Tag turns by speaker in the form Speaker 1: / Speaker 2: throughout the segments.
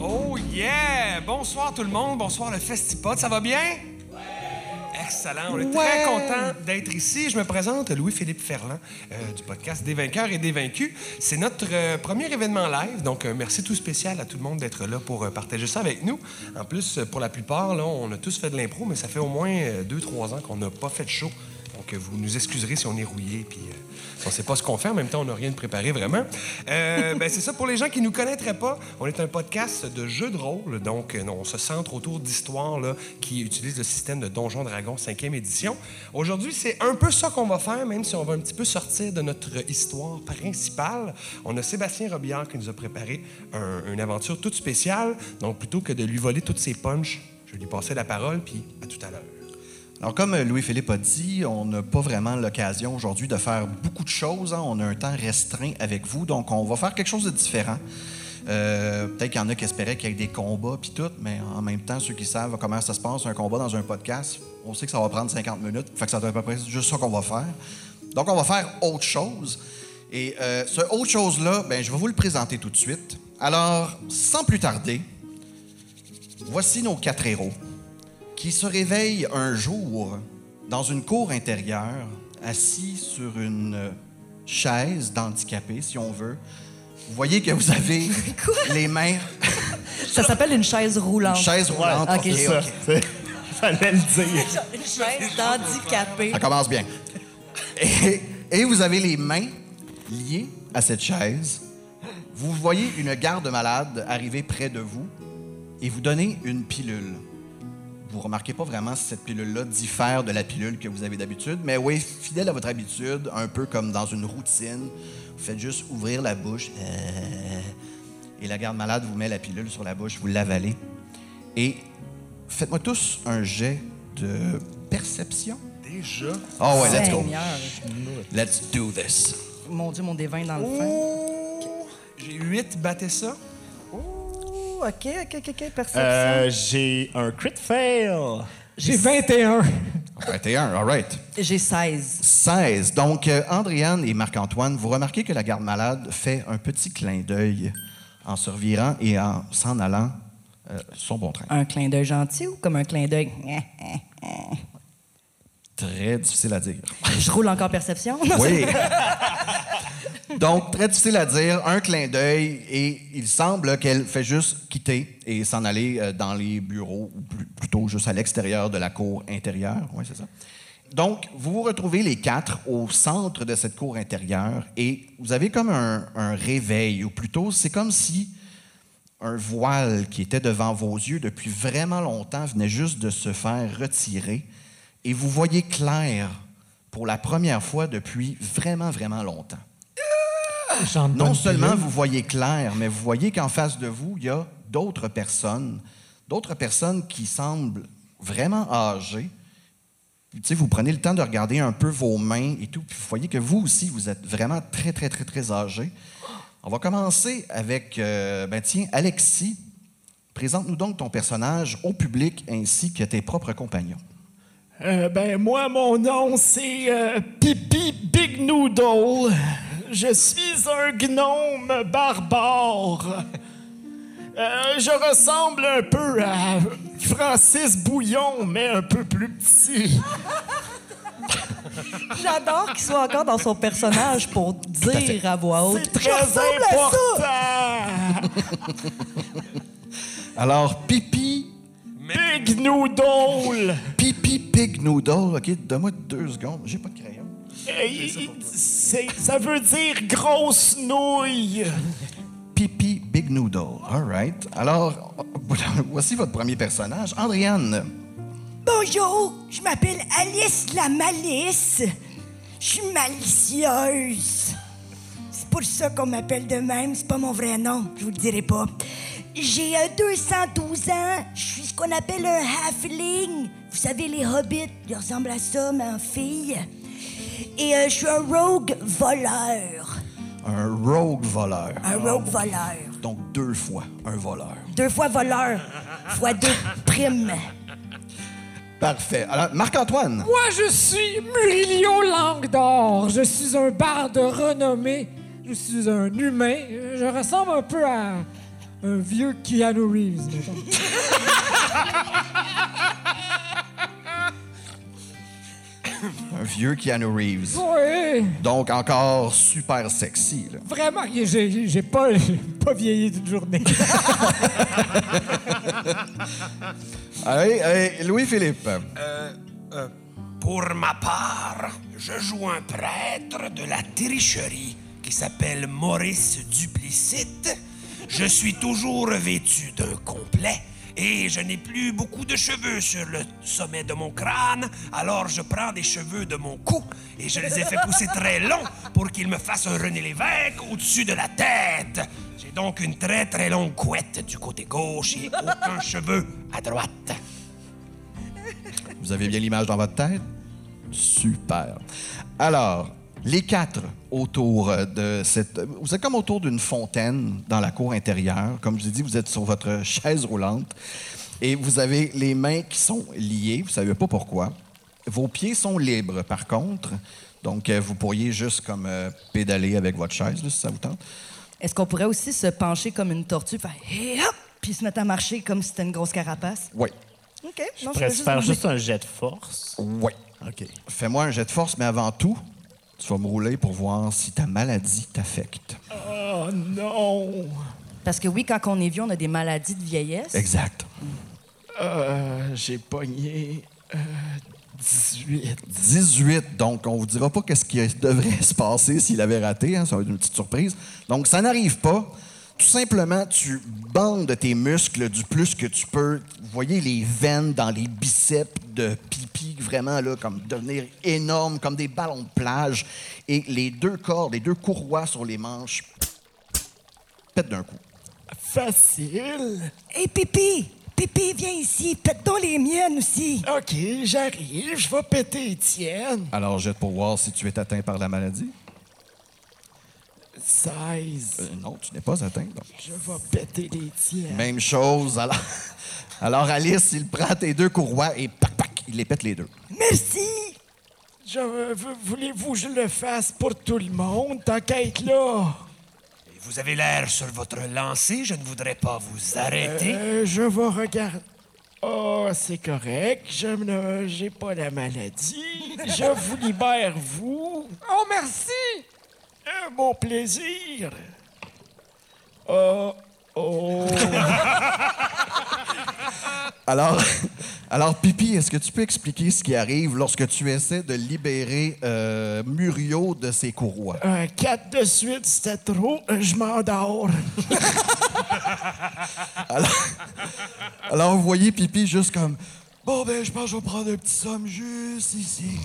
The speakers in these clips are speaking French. Speaker 1: Oh, Bonsoir tout le monde, bonsoir le Festipod, ça va bien? Excellent, on est très content d'être ici. Je me présente, Louis-Philippe Ferland, euh, du podcast Des vainqueurs et des vaincus. C'est notre euh, premier événement live, donc euh, merci tout spécial à tout le monde d'être là pour euh, partager ça avec nous. En plus, euh, pour la plupart, là, on a tous fait de l'impro, mais ça fait au moins 2-3 ans qu'on n'a pas fait de show. Donc, euh, vous nous excuserez si on est rouillé, puis euh, si on ne sait pas ce qu'on fait. En même temps, on n'a rien de préparé vraiment. Euh, ben, c'est ça pour les gens qui ne nous connaîtraient pas. On est un podcast de jeux de rôle. Donc, euh, on se centre autour d'histoires là, qui utilisent le système de Donjon Dragon 5e édition. Aujourd'hui, c'est un peu ça qu'on va faire, même si on va un petit peu sortir de notre histoire principale. On a Sébastien Robillard qui nous a préparé un- une aventure toute spéciale. Donc, plutôt que de lui voler toutes ses punches, je vais lui passer la parole, puis à tout à l'heure.
Speaker 2: Alors, comme euh, Louis-Philippe a dit, on n'a pas vraiment l'occasion aujourd'hui de faire beaucoup de choses. hein. On a un temps restreint avec vous, donc on va faire quelque chose de différent. Euh, Peut-être qu'il y en a qui espéraient qu'il y ait des combats puis tout, mais en même temps, ceux qui savent comment ça se passe, un combat dans un podcast, on sait que ça va prendre 50 minutes, fait que ça va être à peu près juste ça qu'on va faire. Donc, on va faire autre chose. Et euh, ce autre chose-là, ben, je vais vous le présenter tout de suite. Alors, sans plus tarder, voici nos quatre héros qui se réveille un jour dans une cour intérieure, assis sur une euh, chaise d'handicapé, si on veut. Vous voyez que vous avez les mains,
Speaker 3: Ça s'appelle une chaise roulante.
Speaker 2: une chaise roulante.
Speaker 3: ok,
Speaker 2: OK,
Speaker 3: c'est
Speaker 2: OK.
Speaker 3: ça.
Speaker 4: C'est- Fallait le dire.
Speaker 3: Une chaise d'handicapé.
Speaker 2: Ça commence bien. Et, et vous avez les mains liées à cette chaise. Vous voyez une garde malade arriver près de vous et vous donnez une pilule. Vous remarquez pas vraiment si cette pilule-là diffère de la pilule que vous avez d'habitude, mais oui, fidèle à votre habitude, un peu comme dans une routine, vous faites juste ouvrir la bouche euh, et la garde malade vous met la pilule sur la bouche, vous l'avalez. Et faites-moi tous un jet de perception.
Speaker 1: Déjà?
Speaker 2: Oh ouais, let's go.
Speaker 3: Seigneur.
Speaker 2: Let's do this.
Speaker 3: Mon Dieu, mon dévin dans le feu.
Speaker 1: Ouh! J'ai 8, battez ça.
Speaker 3: Ouh, OK, OK, OK, OK, perception.
Speaker 4: Euh, j'ai un crit fail.
Speaker 5: J'ai 21.
Speaker 2: 21, all right.
Speaker 3: J'ai 16.
Speaker 2: 16. Donc, euh, Andréane et Marc-Antoine, vous remarquez que la garde malade fait un petit clin d'œil en se revirant et en s'en allant euh, son bon train.
Speaker 3: Un clin d'œil gentil ou comme un clin d'œil?
Speaker 2: Très difficile à dire.
Speaker 3: Je roule encore perception. Non,
Speaker 2: Oui. Donc, très difficile à dire, un clin d'œil, et il semble qu'elle fait juste quitter et s'en aller euh, dans les bureaux, ou plus- plutôt juste à l'extérieur de la cour intérieure. Oui, c'est ça. Donc, vous vous retrouvez les quatre au centre de cette cour intérieure, et vous avez comme un, un réveil, ou plutôt, c'est comme si un voile qui était devant vos yeux depuis vraiment longtemps venait juste de se faire retirer et vous voyez clair pour la première fois depuis vraiment, vraiment longtemps.
Speaker 5: J'en
Speaker 2: Non
Speaker 5: donne
Speaker 2: seulement
Speaker 5: plus.
Speaker 2: vous voyez clair, mais vous voyez qu'en face de vous, il y a d'autres personnes, d'autres personnes qui semblent vraiment âgées. Puis, tu sais, vous prenez le temps de regarder un peu vos mains et tout, puis vous voyez que vous aussi, vous êtes vraiment très, très, très, très âgés. On va commencer avec, euh, ben tiens, Alexis. Présente-nous donc ton personnage au public ainsi que tes propres compagnons.
Speaker 4: Euh, ben, moi, mon nom, c'est euh, Pipi Big Noodle. Je suis un gnome barbare. Euh, je ressemble un peu à Francis Bouillon, mais un peu plus petit.
Speaker 3: J'adore qu'il soit encore dans son personnage pour dire à voix haute.
Speaker 4: C'est
Speaker 3: Je
Speaker 4: très
Speaker 3: ressemble à ça.
Speaker 4: important.
Speaker 2: Alors, Pipi,
Speaker 4: Big Noodle.
Speaker 2: Pipi Pig Noodle. OK, donne-moi deux secondes. J'ai pas de crayon.
Speaker 4: Euh, c'est- Ça veut dire grosse nouille.
Speaker 2: Pipi Big Noodle. All right. Alors, voici votre premier personnage, Andréane.
Speaker 6: Bonjour, je m'appelle Alice la Malice. Je suis malicieuse. C'est pour ça qu'on m'appelle de même, c'est pas mon vrai nom, je vous le dirai pas. J'ai euh, 212 ans, je suis ce qu'on appelle un halfling. Vous savez, les hobbits, ils ressemblent à ça, mais en fille. Et euh, je suis un rogue voleur.
Speaker 2: Un rogue voleur.
Speaker 6: Un rogue voleur.
Speaker 2: Donc, deux fois un voleur.
Speaker 6: Deux fois voleur, fois deux primes.
Speaker 2: Parfait. Alors, Marc-Antoine.
Speaker 5: Moi, je suis Murillo Langue d'Or. Je suis un barde renommé. Je suis un humain. Je ressemble un peu à, un vieux Keanu Reeves, mettons.
Speaker 2: Un vieux Keanu Reeves.
Speaker 5: Ouais,
Speaker 2: Donc encore super sexy. Là.
Speaker 5: vraiment, j'ai j'ai pas, j'ai pas vieilli toute journée.
Speaker 2: Allez, allez, Louis-Philippe.
Speaker 1: Euh, pour ma part, je joue un prêtre de la tricherie qui s'appelle Maurice Duplicite. Je suis toujours vêtu d'un complet et je n'ai plus beaucoup de cheveux sur le sommet de mon crâne, alors je prends des cheveux de mon cou et je les ai fait pousser très longs pour qu'ils me fassent un René Lévesque au-dessus de la tête. J'ai donc une très très longue couette du côté gauche et aucun cheveu à droite.
Speaker 2: Vous avez bien l'image dans votre tête? Super. Alors, les quatre autour de cette... Vous êtes comme autour d'une fontaine dans la cour intérieure. Comme je vous ai dit, vous êtes sur votre chaise roulante et vous avez les mains qui sont liées. Vous ne savez pas pourquoi. Vos pieds sont libres, par contre. Donc, euh, vous pourriez juste comme euh, pédaler avec votre chaise, là, si ça vous tente.
Speaker 3: Est-ce qu'on pourrait aussi se pencher comme une tortue, faire hé hop, puis se mettre à marcher comme si c'était une grosse carapace?
Speaker 2: Oui.
Speaker 3: OK. Je
Speaker 4: pourrais faire juste un jet de force.
Speaker 2: Oui.
Speaker 4: OK.
Speaker 2: Fais-moi un jet de force, mais avant tout, tu vas me rouler pour voir si ta maladie t'affecte.
Speaker 4: Oh non!
Speaker 3: Parce que oui, quand on est vieux, on a des maladies de vieillesse.
Speaker 2: Exact.
Speaker 4: Euh, j'ai pogné euh, 18.
Speaker 2: 18. Donc, on vous dira pas qu'est-ce qui devrait se passer s'il avait raté. hein. Ça va être une petite surprise. Donc, ça n'arrive pas. Tout simplement, tu bandes tes muscles du plus que tu peux. Vous voyez les veines dans les biceps de pipi, vraiment, là, comme devenir énormes, comme des ballons de plage. Et les deux cordes, les deux courroies sur les manches, pètent d'un coup.
Speaker 4: Facile!
Speaker 6: Hé, Pipi! Pipi, viens ici. Pète donc les miennes aussi.
Speaker 4: OK, j'arrive, je vais péter Étienne.
Speaker 2: Alors, jette pour voir si tu es atteint par la maladie.
Speaker 4: 16.
Speaker 2: Euh, non, tu n'es pas atteint. donc.
Speaker 4: Je vais péter les tiennes.
Speaker 2: Même chose. Alors, alors Alice, il prend tes deux courroies et pac, pac, il les pète les deux.
Speaker 6: Merci!
Speaker 4: Je, euh, vou- voulez-vous que je le fasse pour tout le monde? Tant qu'à être
Speaker 5: Hein?
Speaker 4: là.
Speaker 1: Vous avez l'air sur votre lancée, je ne voudrais pas vous arrêter.
Speaker 4: Euh, je vais regarder. Oh, c'est correct. Je ne, j'ai pas la maladie. Je vous libère, vous.
Speaker 5: Oh, merci!
Speaker 4: Euh, mon plaisir. Oh, oh.
Speaker 2: Alors, alors Pipi, est-ce que tu peux expliquer ce qui arrive lorsque tu essaies de libérer euh, Murio de ses courroies?
Speaker 4: Un 4 de suite, c'était trop. Euh, Je m'endors.
Speaker 2: Alors, vous voyez Pipi juste comme Bon, ben, je pense que je vais prendre un petit somme juste ici.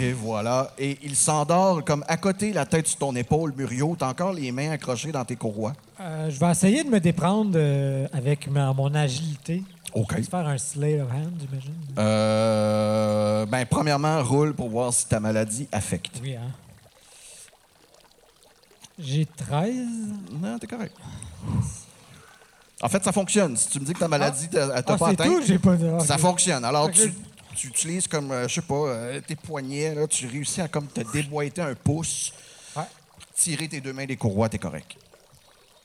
Speaker 2: Et voilà. Et il s'endort comme à côté, la tête sur ton épaule, Murio. T'as encore les mains accrochées dans tes courroies.
Speaker 5: Euh, je vais essayer de me déprendre euh, avec ma- mon agilité.
Speaker 2: OK.
Speaker 5: Je vais faire un slay of hand, j'imagine.
Speaker 2: Euh, ben, premièrement, roule pour voir si ta maladie affecte.
Speaker 5: Oui, hein. J'ai 13.
Speaker 2: Non, t'es correct. En fait, ça fonctionne. Si tu me dis que ta maladie, t'a- elle t'a
Speaker 5: Ah,
Speaker 2: pas
Speaker 5: c'est
Speaker 2: atteint,
Speaker 5: tout, j'ai pas de... ah,
Speaker 2: ça
Speaker 5: ok.
Speaker 2: fonctionne. Alors,
Speaker 5: Ok.
Speaker 2: tu, tu utilises comme, euh, je sais pas, euh, tes poignets, là, tu réussis à comme te déboîter un pouce,
Speaker 5: Ouais.
Speaker 2: tirer tes deux mains des courroies, t'es correct.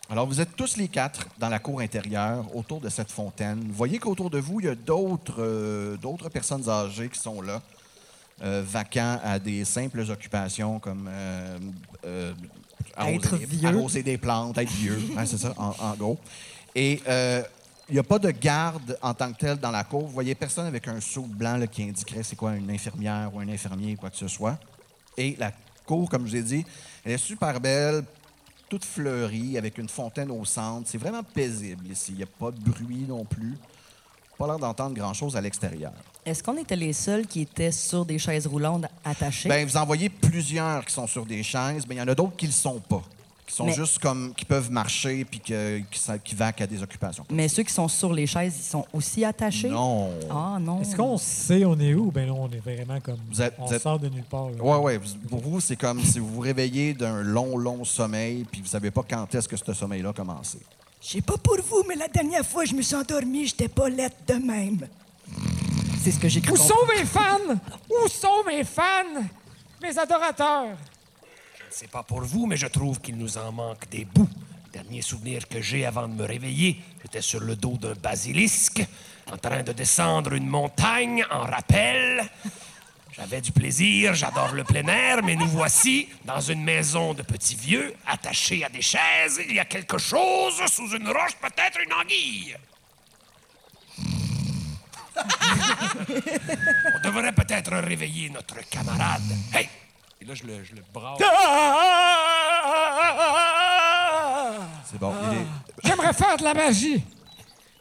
Speaker 2: Alors, vous êtes tous les quatre dans la cour intérieure, autour de cette fontaine. Vous voyez qu'autour de vous, il y a d'autres euh, d'autres personnes âgées qui sont là, euh, vacants à des simples occupations comme euh, euh, arroser,
Speaker 3: Être
Speaker 2: des,
Speaker 3: vieux.
Speaker 2: arroser des plantes, être vieux, hein, c'est ça, en, en gros. Et euh, il n'y a pas de garde en tant que tel dans la cour. Vous voyez personne avec un seau blanc là, qui indiquerait c'est quoi une infirmière ou un infirmier, quoi que ce soit. Et la cour, comme je vous ai dit, elle est super belle, toute fleurie, avec une fontaine au centre. C'est vraiment paisible ici. Il n'y a pas de bruit non plus. Pas l'air d'entendre grand-chose à l'extérieur.
Speaker 3: Est-ce qu'on était les seuls qui étaient sur des chaises roulantes attachées?
Speaker 2: Ben, vous en voyez plusieurs qui sont sur des chaises, mais il y en a d'autres qui le sont pas. Qui sont
Speaker 3: Mais-
Speaker 2: juste comme. qui peuvent marcher puis que- qui, sa- qui vaquent à des occupations.
Speaker 3: Mais ceux qui sont sur les chaises, ils sont aussi attachés?
Speaker 2: Non.
Speaker 3: Ah non.
Speaker 5: Est-ce qu'on sait on est où? Ben là, on est vraiment comme...
Speaker 2: Vous êtes-
Speaker 5: on
Speaker 2: vous êtes-
Speaker 5: sort de nulle part. là.
Speaker 2: Ouais, ouais. vous- Pour vous, c'est comme si vous vous réveillez d'un long, long sommeil puis vous savez pas quand est-ce que ce sommeil-là a commencé.
Speaker 6: Je sais pas pour vous, mais la dernière fois, je me suis endormie, j'étais pas laite de même.
Speaker 3: C'est ce que j'ai cru
Speaker 5: Où
Speaker 3: comprendre.
Speaker 5: sont mes fans? Où sont mes fans? Mes adorateurs?
Speaker 1: C'est pas pour vous, mais je trouve qu'il nous en manque des bouts. La dernier souvenir que j'ai avant de me réveiller, j'étais sur le dos d'un basilisque, en train de descendre une montagne en rappel. J'avais du plaisir, j'adore le plein air, mais nous voici dans une maison de petits vieux, attachés à des chaises. Il y a quelque chose sous une roche, peut-être une anguille. On devrait peut-être réveiller notre camarade. Hey! Et là, je le, je le brasse.
Speaker 2: C'est bon. il est-
Speaker 5: J'aimerais faire de la magie.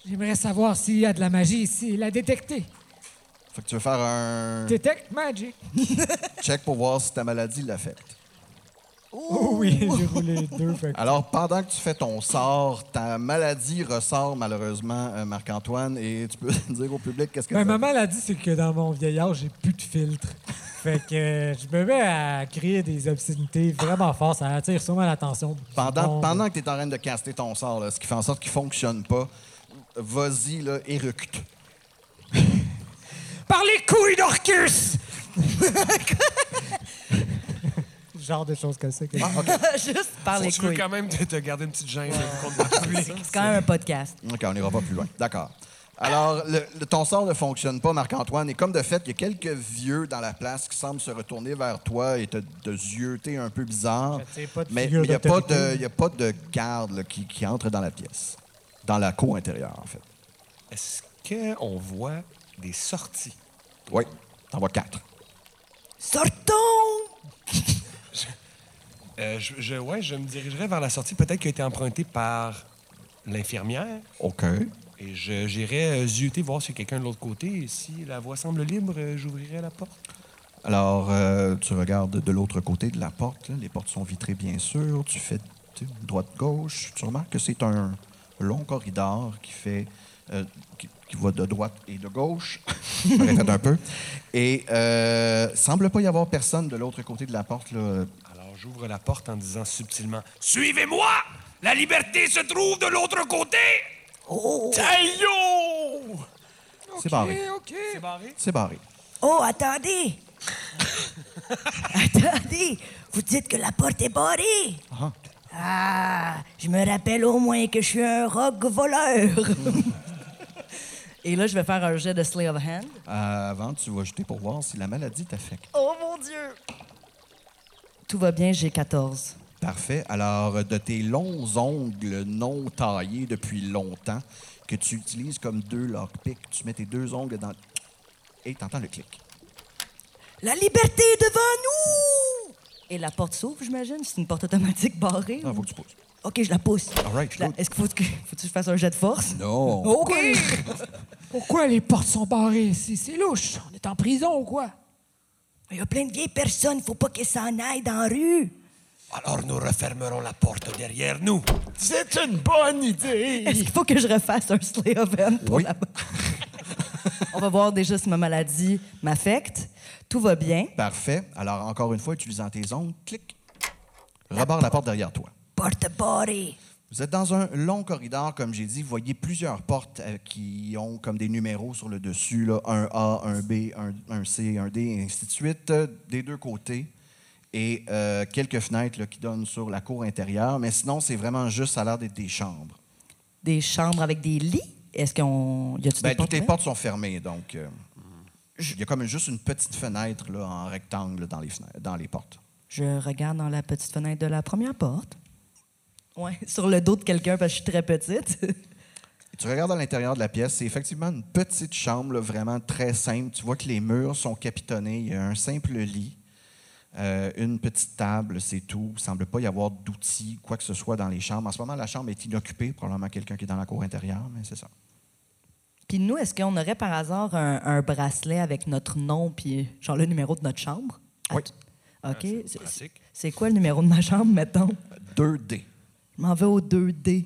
Speaker 5: J'aimerais savoir s'il y a de la magie ici, la détecter.
Speaker 2: Fait que tu veux faire un
Speaker 5: Détecte magic.
Speaker 2: check pour voir si ta maladie l'affecte.
Speaker 5: Oh oui, j'ai roulé deux. fait que-
Speaker 2: Alors, pendant que tu fais ton sort, ta maladie ressort malheureusement, euh, Marc-Antoine, et tu peux dire au public qu'est-ce que
Speaker 5: Ben,
Speaker 2: ça-
Speaker 5: ma maladie, c'est que dans mon vieillard, j'ai plus de filtre. Fait que euh, je me mets à crier des obscénités vraiment fort. Ça attire sûrement l'attention. du
Speaker 2: Pendant,
Speaker 5: monde.
Speaker 2: pendant que tu es en train de caster ton sort, là, ce qui fait en sorte qu'il fonctionne pas, vas-y, là, éructe.
Speaker 5: Par les couilles d'Orcus! Genre de choses comme ça. que-
Speaker 3: Ah, Juste par les
Speaker 1: Tu veux
Speaker 3: couilles.
Speaker 1: quand même te, te garder une petite gêne contre le public.
Speaker 3: C'est quand même un podcast.
Speaker 2: OK, on n'ira pas plus loin. D'accord. Alors, le- le- ton sort ne fonctionne pas, Marc-Antoine, et comme de fait, il y a quelques vieux dans la place qui semblent se retourner vers toi et te, te zioter un peu bizarre.
Speaker 5: J'attire pas de
Speaker 2: Mais mais
Speaker 5: figure
Speaker 2: il n'y a, pas
Speaker 5: d'autorité.
Speaker 2: de- il y a pas de garde là, qui, qui entre dans la pièce, dans la cour intérieure, en fait.
Speaker 1: Est-ce qu'on voit des sorties?
Speaker 2: Oui, t'en vois quatre.
Speaker 6: Sortons!
Speaker 1: Euh, je, je- ouais, je me dirigerai vers la sortie, peut-être qui a été empruntée par l'infirmière.
Speaker 2: OK.
Speaker 1: Et je- j'irai euh, zioter, voir si quelqu'un de l'autre côté. Et si la voie semble libre, euh, j'ouvrirai la porte.
Speaker 2: Alors, euh, tu regardes de l'autre côté de la porte. là. Les portes sont vitrées, bien sûr. Tu fais tu sais, droite-gauche. Tu remarques que c'est un long corridor qui fait. euh, qui, qui va de droite et de gauche. Je me répète un peu. Et euh, semble pas y avoir personne de l'autre côté de la porte. là.
Speaker 1: Alors j'ouvre la porte en disant subtilement Suivez-moi La liberté se trouve de l'autre côté
Speaker 4: Taillot!
Speaker 2: C'est barré.
Speaker 5: OK.
Speaker 1: C'est barré
Speaker 2: C'est barré.
Speaker 6: Oh, attendez! attendez! Vous dites que la porte est barrée!
Speaker 2: Ah.
Speaker 6: Ah, je me rappelle au moins que je suis un rogue voleur.
Speaker 3: Et là, je vais faire un jet de Slay of Hand.
Speaker 2: Euh, avant, tu vas jeter pour voir si la maladie t'affecte.
Speaker 6: oh mon Dieu!
Speaker 3: Tout va bien, j'ai 14.
Speaker 2: Parfait. Alors, de tes longs ongles non taillés depuis longtemps, que tu utilises comme deux lockpicks, tu mets tes deux ongles dans... Et t'entends le clic.
Speaker 6: La liberté est devant nous!
Speaker 3: Et la porte s'ouvre, j'imagine? C'est une porte automatique barrée?
Speaker 2: Ah, faut que tu pousses.
Speaker 6: Ok, je la pousse.
Speaker 2: All right,
Speaker 3: Je la-
Speaker 2: good.
Speaker 3: Est-ce qu'il faut que, faut que je fasse un jet de force?
Speaker 2: Non.
Speaker 3: OK!
Speaker 5: Pourquoi les portes sont barrées ici? C'est louche. On est en prison ou quoi?
Speaker 6: Il y a plein de vieilles personnes, faut pas qu'elles s'en aillent dans la rue.
Speaker 1: Alors nous refermerons la porte derrière nous.
Speaker 4: C'est une bonne idée!
Speaker 3: Est-ce qu'il faut que je refasse un Slay of Hand pour
Speaker 2: Oui.
Speaker 3: la- On va voir déjà si ma maladie m'affecte. Tout va bien.
Speaker 2: Parfait. Alors, encore une fois, utilisant tes ongles, clic. Rebarre la porte derrière toi.
Speaker 6: Porte barrée.
Speaker 2: Vous êtes dans un long corridor, comme j'ai dit. Vous voyez plusieurs portes euh, qui ont comme des numéros sur le dessus, là, un A, un B, un, un C, un D, et ainsi de suite, euh, des deux côtés. Et euh, quelques fenêtres là, qui donnent sur la cour intérieure. Mais sinon, c'est vraiment juste, ça a l'air d'être des chambres.
Speaker 3: Des chambres avec des lits? Est-ce qu'on. Y a-tu
Speaker 2: Ben,
Speaker 3: des
Speaker 2: toutes les
Speaker 3: ouvertes?
Speaker 2: portes sont fermées, donc euh, il y a comme juste une petite fenêtre là, en rectangle dans les, fenêtres- dans les portes.
Speaker 3: Je regarde dans la petite fenêtre de la première porte. Ouais, sur le dos de quelqu'un parce que je suis très petite.
Speaker 2: Tu regardes à l'intérieur de la pièce, c'est effectivement une petite chambre, là, vraiment très simple. Tu vois que les murs sont capitonnés. Il y a un simple lit, euh, une petite table, c'est tout. Il ne semble pas y avoir d'outils, quoi que ce soit dans les chambres. En ce moment, la chambre est inoccupée, probablement quelqu'un qui est dans la cour intérieure, mais c'est ça.
Speaker 3: puis nous, est-ce qu'on aurait par hasard un, un bracelet avec notre nom puis genre le numéro de notre chambre? À
Speaker 2: Oui. Euh,
Speaker 3: t- OK. C'est-
Speaker 1: pratique.
Speaker 3: C'est quoi le numéro de ma chambre, mettons?
Speaker 2: 2D.
Speaker 3: Je m'en vais au 2D.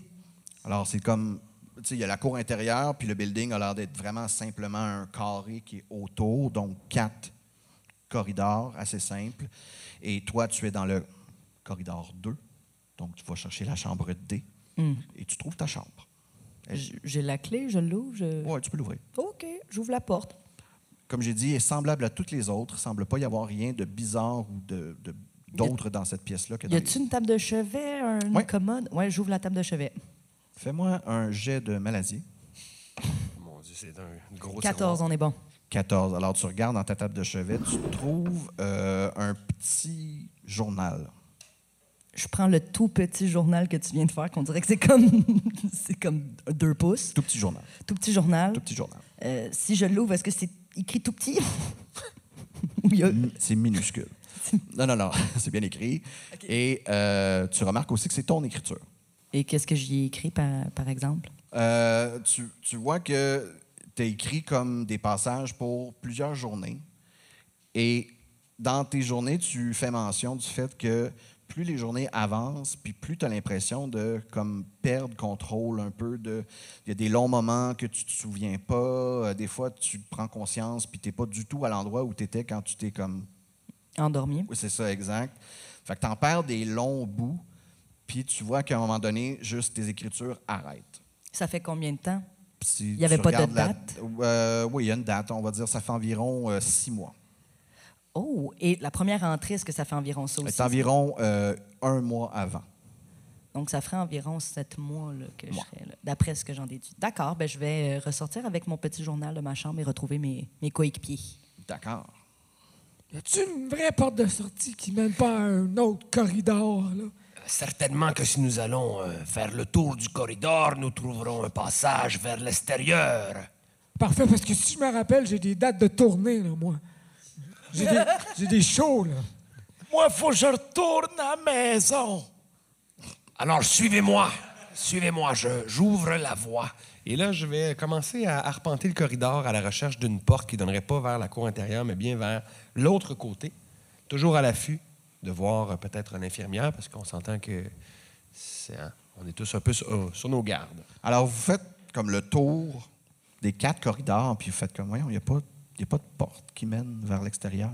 Speaker 2: Alors, c'est comme. Tu sais, il y a la cour intérieure, puis le building a l'air d'être vraiment simplement un carré qui est autour, donc quatre corridors assez simples. Et toi, tu es dans le corridor 2, donc tu vas chercher la chambre D et tu trouves ta chambre.
Speaker 3: J- J'ai la clé, je l'ouvre. je-
Speaker 2: Ouais, tu peux l'ouvrir.
Speaker 3: OK, j'ouvre la porte.
Speaker 2: Comme j'ai dit, est semblable à toutes les autres. Il semble pas y avoir rien de bizarre ou de, de d'autres dans cette pièce-là que
Speaker 3: Y
Speaker 2: dans
Speaker 3: a-tu une table de chevet, un une
Speaker 2: Ouais.
Speaker 3: commode? Ouais, j'ouvre la table de chevet.
Speaker 2: les- Fais-moi un jet de maladie.
Speaker 1: Mon Dieu, c'est un gros
Speaker 3: 14, on est bon.
Speaker 2: 14. Alors, tu regardes dans ta table de chevet, tu trouves euh, un petit journal.
Speaker 3: Je prends le tout petit journal que tu viens de faire, qu'on dirait que c'est comme, c'est comme deux pouces.
Speaker 2: Tout petit journal.
Speaker 3: Tout petit journal.
Speaker 2: Tout petit journal.
Speaker 3: Euh, si je l'ouvre, est-ce que c'est écrit tout petit? Ou il y a-
Speaker 2: Mi- C'est minuscule. Non, non, non. C'est bien écrit. Et euh, tu remarques aussi que c'est ton écriture.
Speaker 3: Et qu'est-ce que j'y ai écrit, par, par exemple?
Speaker 2: Euh, tu, tu vois que tu as écrit comme des passages pour plusieurs journées. Et dans tes journées, tu fais mention du fait que plus les journées avancent, puis plus tu as l'impression de comme perdre contrôle un peu. de Il y a des longs moments que tu te souviens pas. Euh, Des fois, tu prends conscience, puis tu pas du tout à l'endroit où tu étais quand tu t'es comme
Speaker 3: Endormi.
Speaker 2: oui, c'est ça, exact. Fait que t'en perds des longs bouts, puis tu vois qu'à un moment donné, juste tes écritures arrêtent.
Speaker 3: Ça fait combien de temps?
Speaker 2: Puis si
Speaker 3: Il y
Speaker 2: tu
Speaker 3: avait pas de
Speaker 2: regardes la-
Speaker 3: date?
Speaker 2: Euh, oui, il y a une date, on va dire, ça fait environ euh, six mois.
Speaker 3: Oh, et la première entrée, est-ce que ça fait environ ça aussi?
Speaker 2: C'est environ euh, un mois avant.
Speaker 3: Donc, ça ferait environ sept mois là, que je
Speaker 2: Mois.
Speaker 3: serais là, d'après ce que j'en déduis. D'accord, ben, je vais euh, ressortir avec mon petit journal de ma chambre et retrouver mes, mes coéquipiers.
Speaker 2: D'accord.
Speaker 5: Y a-tu une vraie porte de sortie qui mène pas à un autre corridor, là?
Speaker 1: Certainement que si nous allons euh, faire le tour du corridor, nous trouverons un passage vers l'extérieur.
Speaker 5: Parfait, parce que si je me rappelle, j'ai des dates de tournée, là, moi. J'ai des, j'ai des shows, là.
Speaker 4: Moi, faut que je retourne à la maison.
Speaker 1: Alors suivez-moi, suivez-moi, je- j'ouvre la voie. Et là, je vais commencer à arpenter le corridor à la recherche d'une porte qui donnerait pas vers la cour intérieure, mais bien vers l'autre côté, toujours à l'affût de voir euh, peut-être une infirmière, parce qu'on s'entend que c'est- hein, on est tous un peu sur, euh, sur nos gardes.
Speaker 2: Alors, vous faites comme le tour des quatre corridors, puis vous faites comme, voyons, il n'y a, pas- y a pas de porte qui mène vers l'extérieur.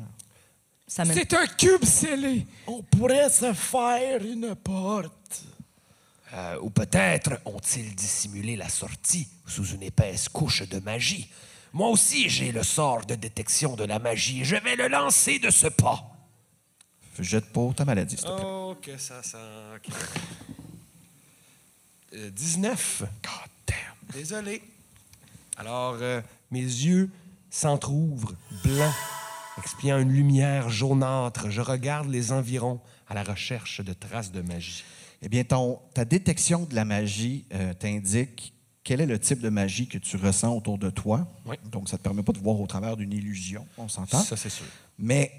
Speaker 3: Ça mène-
Speaker 5: C'est un cube scellé.
Speaker 4: On pourrait se faire une porte.
Speaker 1: Euh, ou peut-être ont-ils dissimulé la sortie sous une épaisse couche de magie. Moi aussi, j'ai le sort de détection de la magie. Je vais le lancer de ce pas.
Speaker 2: Jette pour ta maladie, s'il te plaît.
Speaker 1: Oh, que ça sent. ok. Euh, 19. God damn. Désolé. Alors, euh, mes yeux s'entr'ouvrent, blancs, expiant une lumière jaunâtre. Je regarde les environs à la recherche de traces de magie.
Speaker 2: Eh bien, ton, ta détection de la magie euh, t'indique quel est le type de magie que tu ressens autour de toi.
Speaker 1: Oui.
Speaker 2: Donc, ça ne te permet pas de voir au travers d'une illusion, on s'entend.
Speaker 1: Ça, c'est sûr.
Speaker 2: Mais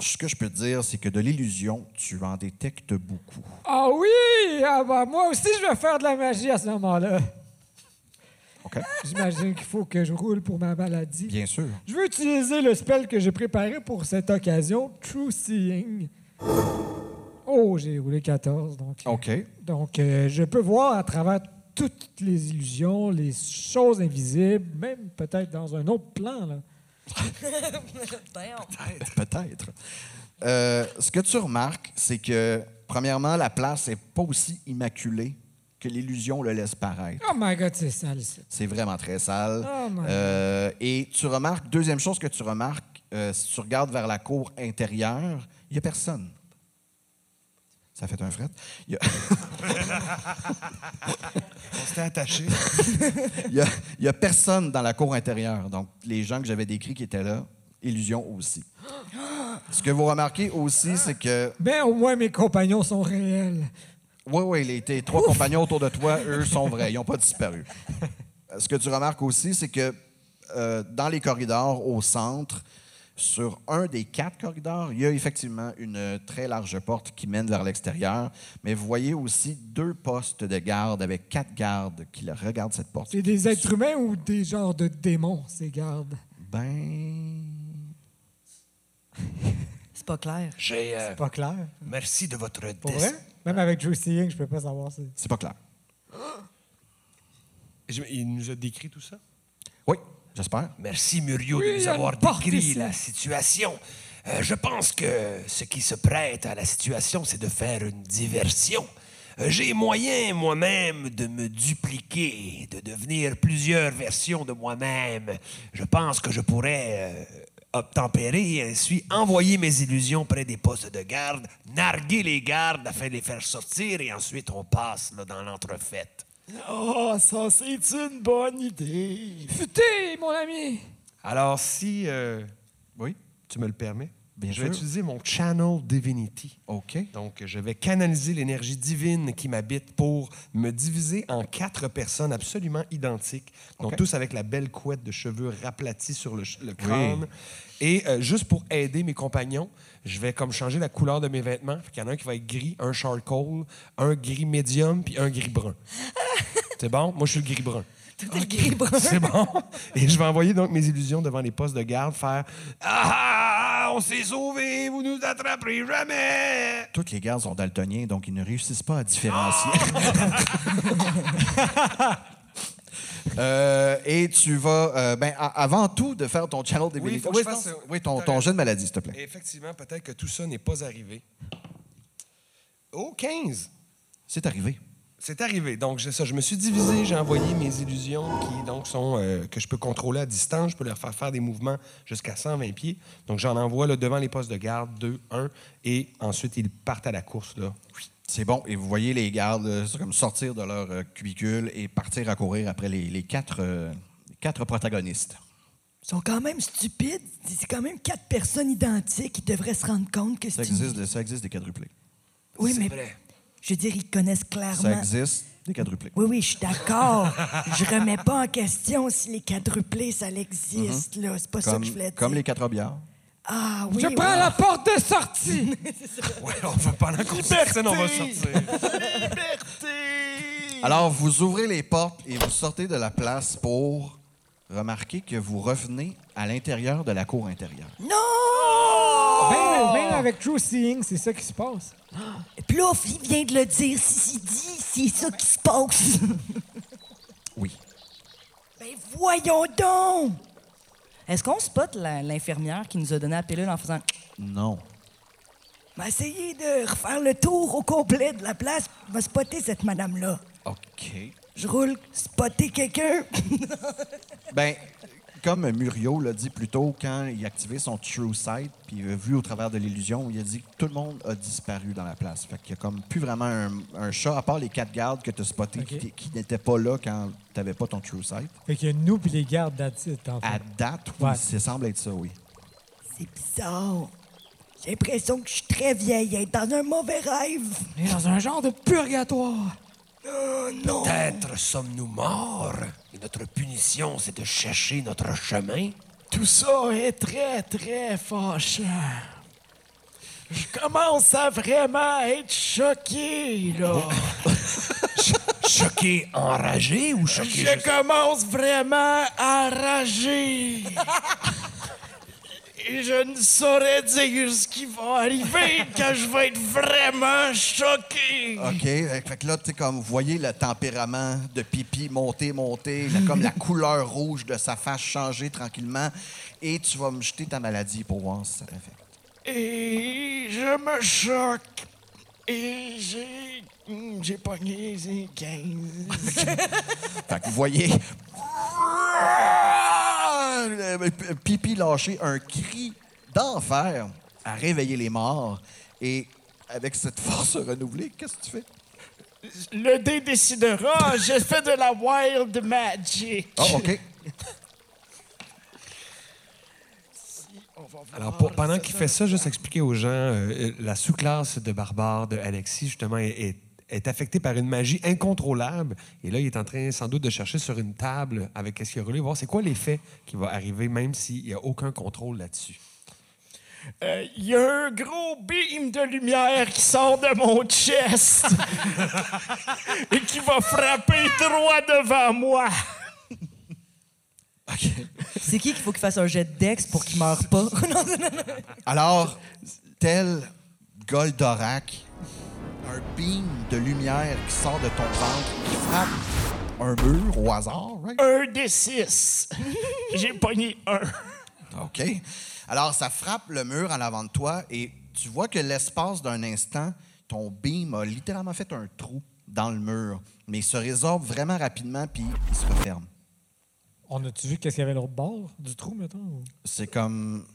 Speaker 2: ce que je peux te dire, c'est que de l'illusion, tu en détectes beaucoup.
Speaker 5: Ah oui! Ah bah, moi aussi, je vais faire de la magie à ce moment-là.
Speaker 2: OK?
Speaker 5: J'imagine qu'il faut que je roule pour ma maladie.
Speaker 2: Bien sûr.
Speaker 5: Je veux utiliser le spell que j'ai préparé pour cette occasion, True Seeing. Oh, j'ai roulé 14, donc...
Speaker 2: OK.
Speaker 5: Donc, euh, je peux voir à travers toutes les illusions, les choses invisibles, même peut-être dans un autre plan. Là.
Speaker 2: Peut-être. Euh, ce que tu remarques, c'est que, premièrement, la place n'est pas aussi immaculée que l'illusion le laisse paraître.
Speaker 5: Oh my God, c'est sale, ça.
Speaker 2: C'est vraiment très sale.
Speaker 5: Oh my
Speaker 2: Euh, et tu remarques, deuxième chose que tu remarques, euh, si tu regardes vers la cour intérieure, il n'y a personne. Ça fait un fret. Il y a-
Speaker 1: On s'était attachés.
Speaker 2: Il n'y a, il y a personne dans la cour intérieure. Donc, les gens que j'avais décrits qui étaient là, illusion aussi. Ce que vous remarquez aussi, c'est que,
Speaker 5: Mais Ben, au moins, mes compagnons sont réels.
Speaker 2: oui, oui, les, tes trois compagnons autour de toi, eux, sont vrais. Ils n'ont pas disparu. Euh, Ce que tu remarques aussi, c'est que euh, dans les corridors au centre, sur un des quatre corridors, il y a effectivement une très large porte qui mène vers l'extérieur, mais vous voyez aussi deux postes de garde avec quatre gardes qui la- regardent cette porte.
Speaker 5: C'est des êtres humains ou des genres de démons, ces gardes?
Speaker 2: Ben,
Speaker 3: C'est pas clair.
Speaker 1: J'ai. euh,
Speaker 5: Pas clair.
Speaker 1: merci de votre
Speaker 5: Pour
Speaker 1: destin.
Speaker 5: vrai? Même avec True Seeing, je peux pas savoir si...
Speaker 2: c'est pas clair.
Speaker 1: Je- Il nous a décrit tout ça?
Speaker 2: Oui, j'espère.
Speaker 1: Merci, Muriot,
Speaker 5: Oui,
Speaker 1: de
Speaker 5: il y
Speaker 1: nous
Speaker 5: a
Speaker 1: avoir
Speaker 5: une porte
Speaker 1: décrit
Speaker 5: ici.
Speaker 1: la situation. Euh, je pense que ce qui se prête à la situation, c'est de faire une diversion. Euh, J'ai moyen moi-même de me dupliquer, de devenir plusieurs versions de moi-même. Je pense que je pourrais euh, obtempérer et ainsi envoyer mes illusions près des postes de garde, narguer les gardes afin de les faire sortir et ensuite on passe là, dans l'entrefaite.
Speaker 4: Oh, ça, c'est une bonne idée.
Speaker 7: Futez, mon ami!
Speaker 1: Alors, si euh, oui, tu me le permets,
Speaker 2: Bien
Speaker 1: je vais
Speaker 2: sûr.
Speaker 1: utiliser mon Channel Divinity.
Speaker 2: OK.
Speaker 1: Donc, je vais canaliser l'énergie divine qui m'habite pour me diviser en quatre personnes absolument identiques, donc
Speaker 2: OK.
Speaker 1: tous avec la belle couette de cheveux raplatis sur le, ch- le crâne. Et euh, juste pour aider mes compagnons, je vais comme changer la couleur de mes vêtements. Il y en a un qui va être gris, un charcoal, un gris médium, puis un gris brun. C'est bon? Moi, je suis le gris brun.
Speaker 3: T'as le gris brun.
Speaker 1: C'est bon. Et je vais envoyer donc mes illusions devant les postes de garde faire Ah, ah, on s'est sauvés, vous nous attraperez jamais.
Speaker 2: Toutes les gardes sont daltoniens, donc ils ne réussissent pas à différencier. Euh, et tu vas, euh, ben, a- avant tout, de faire ton channel des
Speaker 1: Oui,
Speaker 2: militaires.
Speaker 1: faut que je fasse-
Speaker 2: oui, ton,
Speaker 1: t'as
Speaker 2: ton
Speaker 1: raison.
Speaker 2: jeu de maladie, s'il te plaît.
Speaker 1: Et effectivement, peut-être que tout ça n'est pas arrivé. Oh, 15!
Speaker 2: C'est arrivé.
Speaker 1: C'est arrivé. Donc, j'ai ça. Je me suis divisé, j'ai envoyé mes illusions qui, donc, sont euh, que je peux contrôler à distance. Je peux leur faire faire des mouvements jusqu'à 120 pieds. Donc, j'en envoie là, devant les postes de garde, 2, 1, et ensuite, ils partent à la course. Là.
Speaker 2: C'est bon. Et vous voyez les gardes euh, c'est comme sortir de leur euh, cubicule et partir à courir après les, les quatre, euh, les quatre protagonistes.
Speaker 6: Ils sont quand même stupides. C'est quand même quatre personnes identiques. Ils devraient se rendre compte que
Speaker 2: Ça
Speaker 6: c'est une-
Speaker 2: existe, ça existe des quadruplés.
Speaker 6: Oui,
Speaker 1: C'est
Speaker 6: mais
Speaker 1: vrai.
Speaker 6: je veux dire, ils connaissent
Speaker 2: Ça
Speaker 6: clairement.
Speaker 2: existe des quadruplés.
Speaker 6: Oui, oui, je suis d'accord. je remets pas en question si les quadruplés, ça existe. là. C'est pas ça que je voulais
Speaker 2: Comme,
Speaker 6: dire.
Speaker 2: comme les quatre billards.
Speaker 6: Ah oui,
Speaker 7: Je
Speaker 6: oui.
Speaker 7: prends la porte de sortie!
Speaker 1: Ouais, on va pendant qu'on se
Speaker 4: Liberté!
Speaker 1: tienne, on va sortir.
Speaker 4: Liberté!
Speaker 2: Alors, vous ouvrez les portes et vous sortez de la place pour remarquer que vous revenez à l'intérieur de la cour intérieure.
Speaker 5: Même, même avec True Seeing, c'est ça qui se passe.
Speaker 6: Plouf, il vient de le dire. Si il dit, c'est ça qui se passe.
Speaker 2: Oui.
Speaker 6: Mais voyons donc!
Speaker 3: Est-ce qu'on spot la- l'infirmière qui nous a donné la pilule en faisant
Speaker 2: Non.
Speaker 6: On va essayer de refaire le tour au complet de la place. On va spotter cette madame-là.
Speaker 2: OK.
Speaker 6: Je roule spotter quelqu'un.
Speaker 2: Ben, comme Muriot l'a dit plus tôt, quand il a activé son True Sight, puis il a vu au travers de l'illusion, il a dit que tout le monde a disparu dans la place. Fait qu'il y a comme plus vraiment un, un chat, à part les quatre gardes que tu as spotés qui
Speaker 5: OK.
Speaker 2: t- qui, n'étaient pas là quand tu n'avais pas ton True Sight.
Speaker 5: Fait qu'il y a nous puis les gardes d'attitude, en
Speaker 2: À
Speaker 5: fait.
Speaker 2: date, oui,
Speaker 5: Ouais.
Speaker 2: ça semble être ça, oui.
Speaker 6: C'est bizarre. J'ai l'impression que je suis très vieille, être dans un mauvais rêve.
Speaker 7: On est dans un genre de purgatoire.
Speaker 1: Peut-être sommes-nous morts, et notre punition, c'est de chercher notre chemin.
Speaker 4: Tout ça est très, très fâchant. Je commence à vraiment être choqué, là.
Speaker 1: Choqué, enragé ou choqué?
Speaker 4: Je commence vraiment à rager. Et je ne saurais dire ce qui va arriver quand je vais être vraiment choqué.
Speaker 2: OK. Fait fait que là, tu sais, comme vous voyez le tempérament de Pipi monter, monter, là, comme la couleur rouge de sa face changer tranquillement. Et tu vas me jeter ta maladie pour voir si ça t'affecte.
Speaker 4: Et je me choque. Et j'ai. hmm, J'ai pogné les 15.
Speaker 2: Fait que vous voyez. Le p- Pipi lâcher un cri d'enfer à réveiller les morts. Et avec cette force renouvelée, qu'est-ce que tu fais?
Speaker 4: Le dé décidera. J'ai fait de la wild magic.
Speaker 2: Ah, OK.
Speaker 1: Alors, pour- pendant qu'il fait ça, juste expliquer aux gens, euh, euh, la sous-classe de barbare de Alexis, justement, est, est- est affectée par une magie incontrôlable. Et là, il est en train, sans doute, de chercher sur une table avec qu'est-ce qu'il a roulé, voir c'est quoi l'effet qui va arriver, même s'il n'y a aucun contrôle là-dessus.
Speaker 4: Euh, Il y a un gros beam de lumière qui sort de mon chest et qui va frapper droit devant moi.
Speaker 3: C'est qui qu'il faut qu'il fasse un jet de Dex pour qu'il meure pas? Non, non, non.
Speaker 2: Alors, tel Goldorak, un beam de lumière qui sort de ton ventre, qui frappe un mur au hasard, right?
Speaker 4: Un des six. J'ai pogné un.
Speaker 2: OK. Alors, ça frappe le mur en avant de toi et tu vois que l'espace d'un instant, ton beam a littéralement fait un trou dans le mur, mais il se résorbe vraiment rapidement puis il se referme.
Speaker 5: On a-tu vu qu'est-ce qu'il y avait à l'autre bord du trou, mettons? ou-
Speaker 2: C'est comme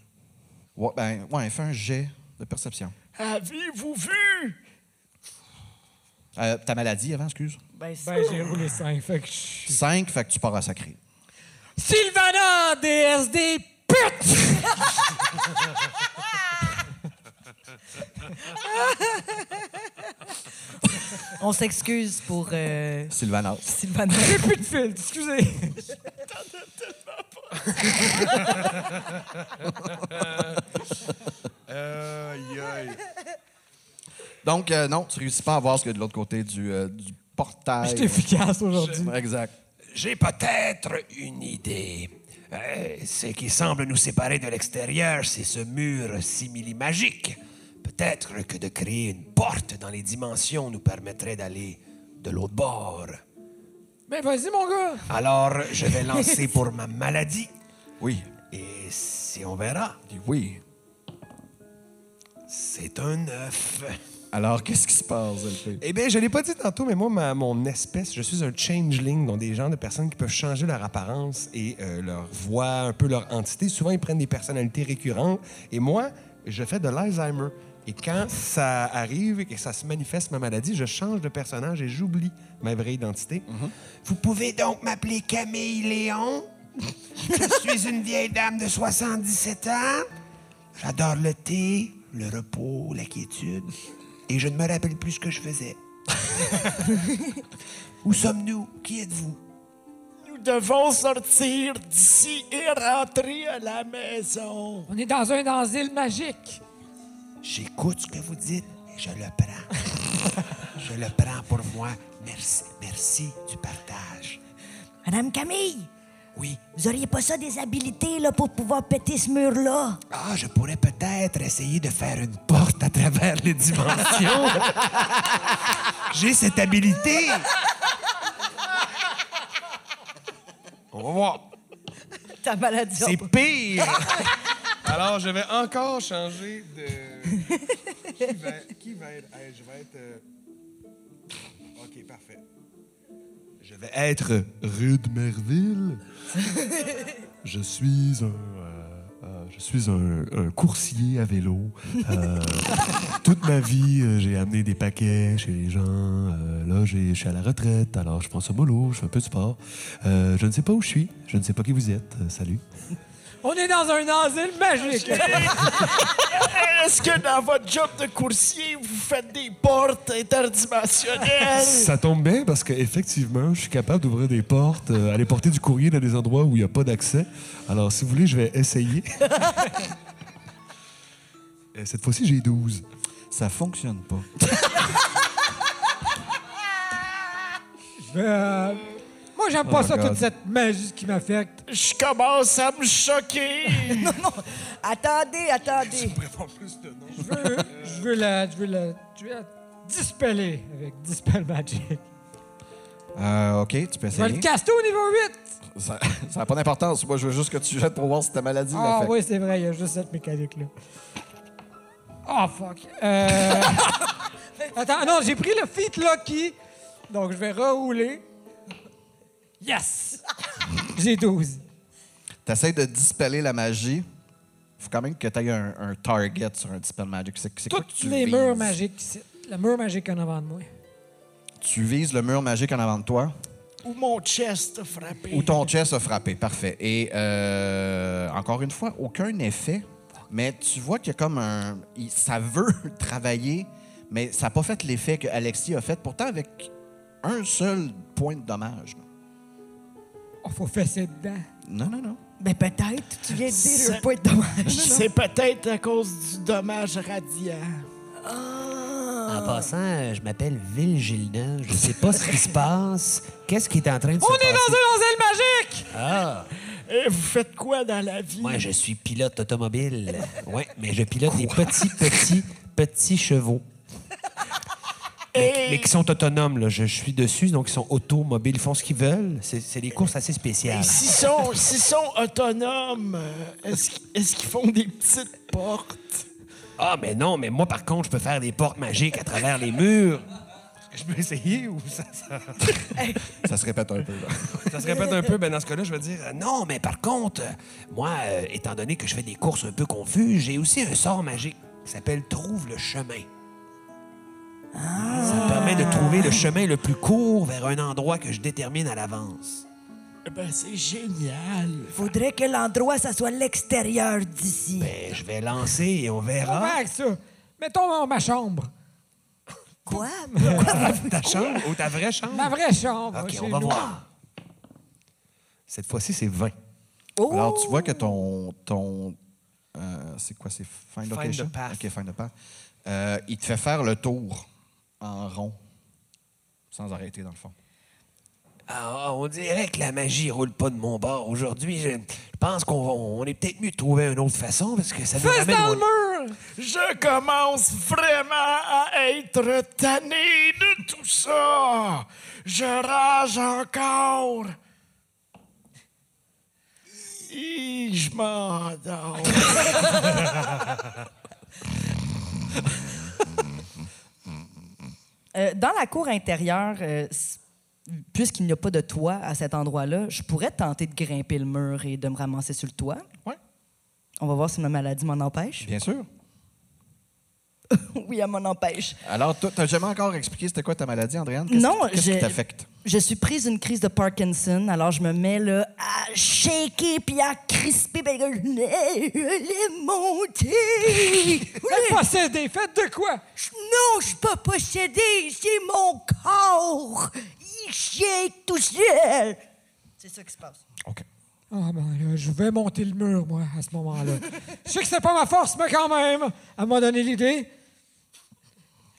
Speaker 2: Ouais, ben, ouais, fais un jet de perception.
Speaker 4: Avez-vous vu?
Speaker 2: Euh, ta maladie avant, excuse.
Speaker 3: Ben, c'est-
Speaker 5: Ben, j'ai roulé 5, fait que je suis.
Speaker 2: 5, fait que tu pars à sacré.
Speaker 7: Sylvana, DSD, pute!
Speaker 3: on s'excuse pour euh,
Speaker 2: Sylvanas.
Speaker 3: Sylvana.
Speaker 7: J'ai plus de filtre, excusez.
Speaker 1: Aïe, aïe.
Speaker 2: Donc, euh, non, tu réussis pas à voir ce qu'il y a de l'autre côté du, euh, du portail.
Speaker 5: Je suis efficace aujourd'hui.
Speaker 2: Exact.
Speaker 1: J'ai peut-être une idée. Euh, ce qui semble nous séparer de l'extérieur, c'est ce mur simili-magique. Peut-être que de créer une porte dans les dimensions nous permettrait d'aller de l'autre bord.
Speaker 7: Ben vas-y, mon gars.
Speaker 1: Alors, je vais lancer pour ma maladie
Speaker 2: Oui.
Speaker 1: et si on verra,
Speaker 2: Oui.
Speaker 1: c'est un neuf.
Speaker 2: Alors, qu'est-ce qui se passe, LP?
Speaker 1: Eh bien, je l'ai pas dit tantôt, mais moi, ma- mon espèce, je suis un changeling, donc des gens, de personnes qui peuvent changer leur apparence et euh, leur voix, un peu leur entité. Souvent, ils prennent des personnalités récurrentes. Et moi, je fais de l'Alzheimer. Et quand ça arrive et que ça se manifeste, ma maladie, je change de personnage et j'oublie ma vraie identité. Vous pouvez donc m'appeler Camille Léon. je suis une vieille dame de 77 ans. J'adore le thé, le repos, la quiétude. Et je ne me rappelle plus ce que je faisais. Où sommes-nous? Qui êtes-vous?
Speaker 4: Nous devons sortir d'ici et rentrer à la maison.
Speaker 7: On est dans un dans île magique.
Speaker 1: J'écoute ce que vous dites et je le prends. je le prends pour moi. Merci, merci du partage.
Speaker 6: Madame Camille,
Speaker 1: Oui.
Speaker 6: vous auriez pas ça des habilités là, pour pouvoir péter ce mur-là?
Speaker 1: Ah, je pourrais peut-être essayer de faire une porte à travers les dimensions. J'ai cette habilité. On va voir.
Speaker 3: Ta maladie.
Speaker 1: C'est pire! Alors, je vais encore changer de. Qui va, qui va être. hey, je vais être. euh, Ok, parfait. Je vais être Rude Merville. je suis un. euh, euh, je suis un, un coursier à vélo. Euh, toute ma vie, euh, j'ai amené des paquets chez les gens. Euh, là, j'ai- je suis à la retraite, alors je prends ce mollo, je fais un peu de sport. Euh, je ne sais pas où je suis, je ne sais pas qui vous êtes. Euh, salut.
Speaker 7: On est dans un asile magique.
Speaker 4: Est-ce que dans votre job de coursier, vous faites des portes interdimensionnelles?
Speaker 1: Ça tombe bien parce qu'effectivement, je suis capable d'ouvrir des portes, euh, aller porter du courrier dans des endroits où il n'y a pas d'accès. Alors, si vous voulez, je vais essayer. Euh, Cette fois-ci, j'ai 12.
Speaker 2: Ça fonctionne pas.
Speaker 5: Je vais, euh, Moi, j'aime pas
Speaker 1: Oh
Speaker 5: ça,
Speaker 1: God.
Speaker 5: toute cette magie qui m'affecte.
Speaker 4: Je commence à me choquer.
Speaker 6: Attendez, attendez.
Speaker 5: Je veux, je veux la. Je veux la. Je veux la dispeller avec Dispel Magic.
Speaker 2: Euh, OK, tu peux
Speaker 7: Je vais le
Speaker 2: essayer.
Speaker 7: caster au niveau 8.
Speaker 2: Ça n'a pas d'importance. Moi, je veux juste que tu jettes pour voir si ta maladie
Speaker 5: Ah
Speaker 2: l'affecte.
Speaker 5: oui, c'est vrai, il y a juste cette mécanique-là. Oh fuck. Euh... Attends, non, j'ai pris le feat lucky. Donc je vais rerouler. Yes! J'ai 12.
Speaker 2: T'essayes de dispeller la magie. Faut quand même que t'aies un, un target sur un dispel magic. C'est c'est quoi que
Speaker 7: Toutes
Speaker 2: tu
Speaker 7: les
Speaker 2: vises?
Speaker 7: murs magiques ici. Le mur magique en avant de moi.
Speaker 2: Tu vises le mur magique en avant de toi,
Speaker 4: Ou mon chest a frappé.
Speaker 2: où ton chest a frappé. Parfait. Et euh, encore une fois, aucun effet. Mais tu vois qu'il y a comme un... il- ça veut travailler, mais ça n'a pas fait l'effet que Alexis a fait. Pourtant, avec un seul point de dommage.
Speaker 7: Oh, faut fesser dedans.
Speaker 2: Non, non, non.
Speaker 6: Ben peut-être. Tu viens de dire
Speaker 4: Ça-
Speaker 6: un point de dommage.
Speaker 4: C'est peut-être à cause du dommage radiant.
Speaker 8: En passant, euh, je m'appelle Ville Gildeneuve. Je sais pas ce qui se passe. Qu'est-ce qui est en train de se
Speaker 7: On est
Speaker 8: passer?
Speaker 7: dans un asile magique!
Speaker 8: Ah!
Speaker 4: Et vous faites quoi dans la vie?
Speaker 8: Moi, je suis pilote automobile. Ouais, mais je pilote des petits, petits, petits chevaux. Mais, mais qui sont autonomes, là. Je, je suis dessus, donc ils sont automobiles. Ils font ce qu'ils veulent. C'est c'est des courses assez spéciales.
Speaker 4: Et S'ils sont, s'ils sont autonomes, euh, est-ce, qu'- est-ce qu'ils font des petites portes?
Speaker 8: Ah, mais non, mais moi, par contre, je peux faire des portes magiques à travers les murs.
Speaker 1: Je peux essayer ou ça, ça,
Speaker 2: Ça se répète un peu. là.
Speaker 1: ça se répète un peu? Ben dans ce cas-là, je vais dire euh, non.
Speaker 8: Non, mais par contre, euh, moi, euh, étant donné que je fais des courses un peu confuses, j'ai aussi un sort magique qui s'appelle Trouve le chemin. Ça me permet de trouver le chemin le plus court vers un endroit que je détermine à l'avance.
Speaker 4: Ben, c'est génial.
Speaker 9: Faudrait que l'endroit, ça soit l'extérieur d'ici.
Speaker 8: Ben, je vais lancer et on verra.
Speaker 5: Comment que ça? Mettons ma chambre.
Speaker 9: Quoi?
Speaker 1: Ta chambre ou ta vraie chambre?
Speaker 5: Ma vraie chambre.
Speaker 8: OK,
Speaker 5: chez
Speaker 8: on va
Speaker 5: nous.
Speaker 8: voir.
Speaker 1: Cette fois-ci, c'est 20.
Speaker 2: Alors, tu vois que ton. ton euh, c'est quoi, c'est Find
Speaker 1: Find
Speaker 2: Location?
Speaker 1: the path.
Speaker 2: OK, Find the path. Euh, il te fait faire le tour en rond, sans arrêter, dans le fond.
Speaker 8: Ah, on dirait que la magie roule pas de mon bord aujourd'hui. Je, je pense qu'on va- on est peut-être mieux de trouver une autre façon parce que ça nous
Speaker 5: Fesse
Speaker 8: ramène
Speaker 5: dans
Speaker 8: au-
Speaker 5: le mur!
Speaker 4: Je commence vraiment à être tanné de tout ça. Je rage encore. Hi, Je m'endors.
Speaker 6: Euh, dans la cour intérieure, euh, s- puisqu'il n'y a pas de toit à cet endroit-là, je pourrais tenter de grimper le mur et de me ramasser sur le toit.
Speaker 2: Ouais.
Speaker 6: On va voir si ma maladie m'en empêche.
Speaker 2: Bien sûr.
Speaker 6: oui, elle m'en empêche.
Speaker 2: Alors, tu n'as jamais encore expliqué c'était quoi ta maladie, Andréane? Qu'est-ce
Speaker 6: Non,
Speaker 2: qui- Qu'est-ce
Speaker 6: je-
Speaker 2: qui t'affecte?
Speaker 6: Je suis prise d'une crise de Parkinson, alors je me mets là à shaker puis à crisper. Ben, là, les, les montées.
Speaker 5: Faites posséder, faites de quoi?
Speaker 9: Non, je suis pas possédée, c'est mon corps. Il shake tout seul.
Speaker 6: C'est ça qui se passe.
Speaker 2: OK.
Speaker 5: Ah ben là, je vais monter le mur, moi, à ce moment-là. je sais que c'est pas ma force, mais quand même, elle m'a donné l'idée.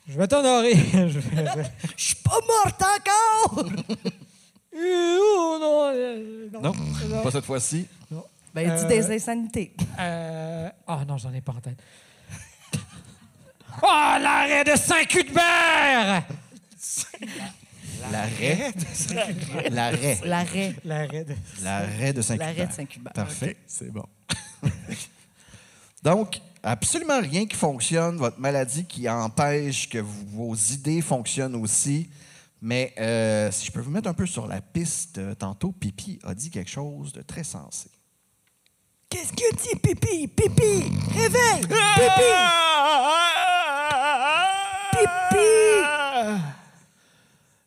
Speaker 5: Je vais t'honorer. Je vais-
Speaker 9: Je suis pas morte encore.
Speaker 5: Euh, oh, non, euh, non.
Speaker 2: Non, pas cette fois-ci.
Speaker 6: Ben, dis
Speaker 5: Euh,
Speaker 6: des insanités.
Speaker 5: Euh, Ah non, j'en ai pas en tête. Oh, l'arrêt de Saint-Cuthbert!
Speaker 2: L'arrêt. L'arrêt.
Speaker 6: L'arrêt.
Speaker 5: L'arrêt de...
Speaker 2: L'arrêt de Saint-Cuthbert.
Speaker 6: L'arrêt de Saint-Cuthbert.
Speaker 2: Parfait, c'est bon. Donc, absolument rien qui fonctionne, votre maladie qui empêche que vous- vos idées fonctionnent aussi. Mais euh, si je peux vous mettre un peu sur la piste, euh, tantôt, Pipi a dit quelque chose de très sensé.
Speaker 9: Qu'est-ce que dit Pipi? Pipi, réveille!
Speaker 4: Ah!
Speaker 9: Pipi! Pipi!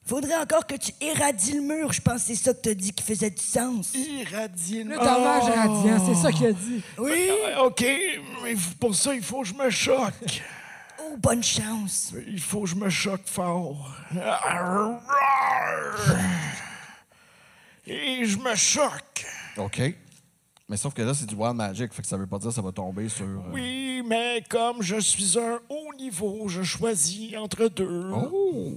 Speaker 9: Faudrait encore que tu éradies le mur. Je pense que c'est ça que t'as dit qui faisait du sens.
Speaker 4: Irradié.
Speaker 5: Le dommage radiant, c'est ça qu'il a dit.
Speaker 9: Oui?
Speaker 4: OK, mais pour ça, il faut que je me choque.
Speaker 9: Oh, bonne chance.
Speaker 4: Il faut que je me choque fort. Et je me choque.
Speaker 2: OK. Mais sauf que là, c'est du Wild Magic, fait que ça veut pas dire que ça va tomber sur... euh,
Speaker 4: Oui, mais comme je suis un haut niveau, je choisis entre deux.
Speaker 2: Oh!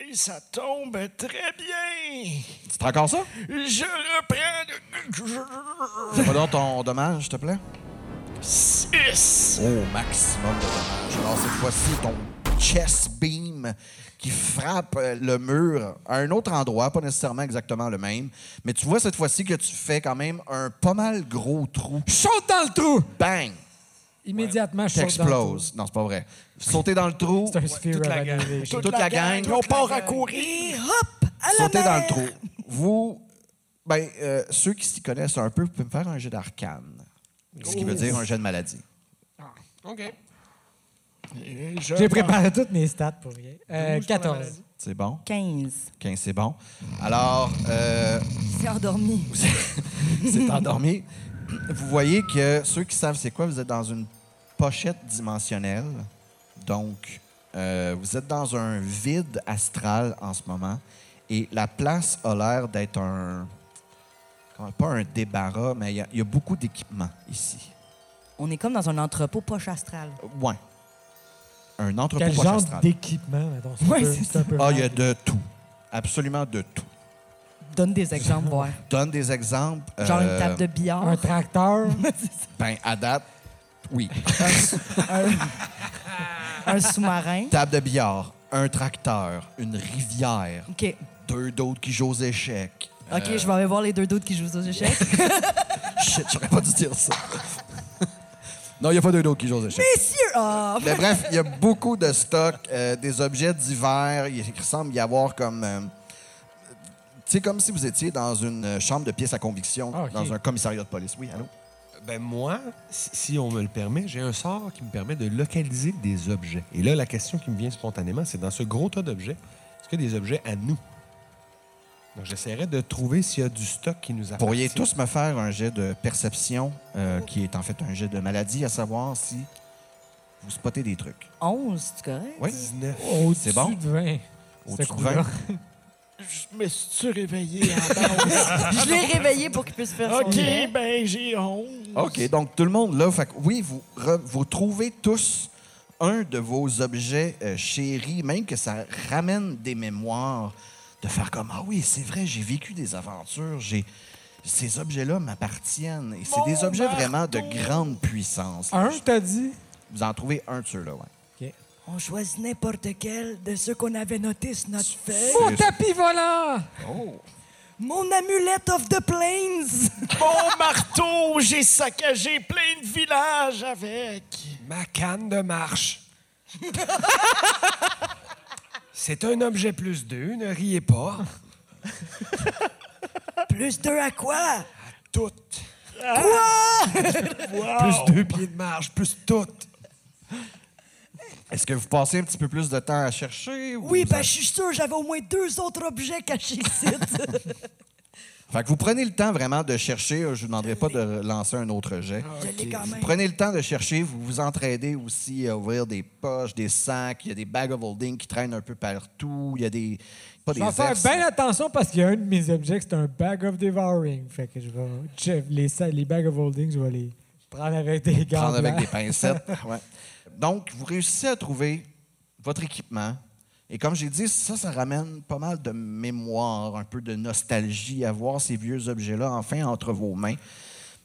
Speaker 4: Et ça tombe très bien.
Speaker 2: C'est encore ça?
Speaker 4: Je reprends
Speaker 2: Fais-moi donc ton dommage, s'il te plaît.
Speaker 4: le 6.
Speaker 2: au maximum de dommages. Alors cette fois-ci, ton chest beam qui frappe euh, le mur à un autre endroit, pas nécessairement exactement le même, mais tu vois cette fois-ci que tu fais quand même un pas mal gros trou.
Speaker 5: Je saute dans le trou!
Speaker 2: Bang!
Speaker 5: Immédiatement, je saute dans le trou.
Speaker 2: T'exploses. Non, c'est pas vrai. Sauter dans le trou,
Speaker 5: C'est un sphere
Speaker 1: toute la
Speaker 5: of
Speaker 1: gang.
Speaker 5: annihilation.
Speaker 2: toute la gang,
Speaker 4: On part à courir.
Speaker 9: Et hop, à la
Speaker 2: sauter
Speaker 9: mer.
Speaker 2: dans le trou. Vous, ben, euh, ceux qui s'y connaissent un peu, vous pouvez me faire un jet d'arcane. Ce qui veut dire un jet de maladie.
Speaker 1: OK.
Speaker 4: Je
Speaker 5: J'ai préparé toutes mes stats pour rien. Euh, 14.
Speaker 2: C'est bon?
Speaker 6: 15.
Speaker 2: 15, c'est bon. Alors, euh,
Speaker 6: C'est endormi.
Speaker 2: C'est endormi. Vous voyez que ceux qui savent c'est quoi, vous êtes dans une pochette dimensionnelle. Donc, euh, vous êtes dans un vide astral en ce moment. Et la place a l'air d'être un. comment- Pas un débarras, mais il y a- il y, a beaucoup d'équipements ici.
Speaker 6: On est comme dans un entrepôt poche astrale.
Speaker 2: Ouais. Un entrepôt
Speaker 5: Quel
Speaker 2: poche
Speaker 5: genre
Speaker 2: astrale.
Speaker 5: d'équipement, mettons. c'est un
Speaker 6: Ouais,
Speaker 5: peu-
Speaker 6: c'est
Speaker 5: c'est un peu
Speaker 2: Ah, il y a
Speaker 5: vague.
Speaker 2: de tout. Absolument de tout.
Speaker 6: Donne des exemples, voir.
Speaker 2: Donne des exemples.
Speaker 6: Genre
Speaker 2: euh,
Speaker 6: une table de billard.
Speaker 5: Un tracteur.
Speaker 2: Ben, à date, oui.
Speaker 6: un sous-marin.
Speaker 2: table de billard, un tracteur, une rivière,
Speaker 6: OK.
Speaker 2: deux d'autres qui jouent aux échecs.
Speaker 6: OK, je vais aller voir les deux d'autres qui jouent aux échecs.
Speaker 2: Shit, j'aurais pas dû dire ça. Non, il n'y a pas deux d'autres qui jouent aux échecs.
Speaker 6: Messieurs, ah,
Speaker 2: Mais bref, il y a beaucoup de stocks, euh, des objets divers. Il semble y avoir comme. euh, tu sais, comme si vous étiez dans une euh, chambre de pièces à conviction,
Speaker 5: Ah, ok.
Speaker 2: dans un commissariat de police. Oui, allô?
Speaker 1: Ben moi, si si on me le permet, j'ai un sort qui me permet de localiser des objets. Et là, la question qui me vient spontanément, c'est dans ce gros tas d'objets, est-ce qu'il y a des objets à nous? Donc, j'essaierai de trouver s'il y a du stock qui nous appartient.
Speaker 2: Vous pourriez tous me faire un jet de perception, euh, qui est en fait un jet de maladie, à savoir si vous spottez des trucs.
Speaker 3: 11, tu correct?
Speaker 2: Oui?
Speaker 1: 19.
Speaker 2: C'est bon?
Speaker 5: de 20.
Speaker 2: Au-dessus de
Speaker 5: cool,
Speaker 2: 20.
Speaker 5: hein?
Speaker 4: Je me suis réveillé en bas.
Speaker 3: Je l'ai réveillé pour qu'il puisse faire son
Speaker 4: OK,
Speaker 3: jet.
Speaker 4: ben j'ai honte.
Speaker 2: OK, donc tout le monde là, fait que oui, vous, re- vous trouvez tous un de vos objets euh, chéris, même que ça ramène des mémoires de faire comme Ah oui, c'est vrai, j'ai vécu des aventures, j'ai. Ces objets-là m'appartiennent. Et c'est des
Speaker 4: Mon
Speaker 2: objets vraiment de
Speaker 4: marteau!
Speaker 2: grande puissance.
Speaker 5: Un, t'as dit?
Speaker 2: Vous en trouvez un de ceux-là, ouais.
Speaker 6: on choisit n'importe quel de ceux qu'on avait notés sur notre feuille.
Speaker 5: Mon tapis volant!
Speaker 6: Mon amulette of the plains.
Speaker 4: Mon marteau, j'ai saccagé plein de villages avec.
Speaker 8: Ma canne de marche. C'est un objet plus deux, ne riez pas.
Speaker 6: Plus deux à quoi?
Speaker 8: Toutes. Quoi? Plus deux pieds de marche, plus toutes.
Speaker 2: Est-ce que vous passez un petit peu plus de temps à chercher? ou
Speaker 6: Oui,
Speaker 2: vous
Speaker 6: ben je suis sûr j'avais au moins deux autres objets cachés ici.
Speaker 2: Fait que vous prenez le temps vraiment de chercher. euh, Je ne vous demanderai pas de lancer un autre jet.
Speaker 5: Ah,
Speaker 6: Je l'ai quand
Speaker 2: Vous
Speaker 6: même.
Speaker 2: prenez le temps de chercher. Vous vous entraidez aussi à ouvrir des poches, des sacs. Il y a des bag of holding qui traînent un peu partout. Il y a des... Pas
Speaker 5: Je
Speaker 2: des
Speaker 5: vais faire
Speaker 2: herses.
Speaker 5: bien attention parce qu'il y a un de mes objets, c'est un bag of devouring. Fait que je vais. je- les, sa- les bag of holding, je vais les prendre avec des gants.
Speaker 2: Prendre avec
Speaker 5: blancs.
Speaker 2: des pincettes. Ouais. Donc, vous réussissez à trouver votre équipement. Et comme j'ai dit, ça, ça ramène pas mal de mémoire, un peu de nostalgie à voir ces vieux objets-là enfin entre vos mains.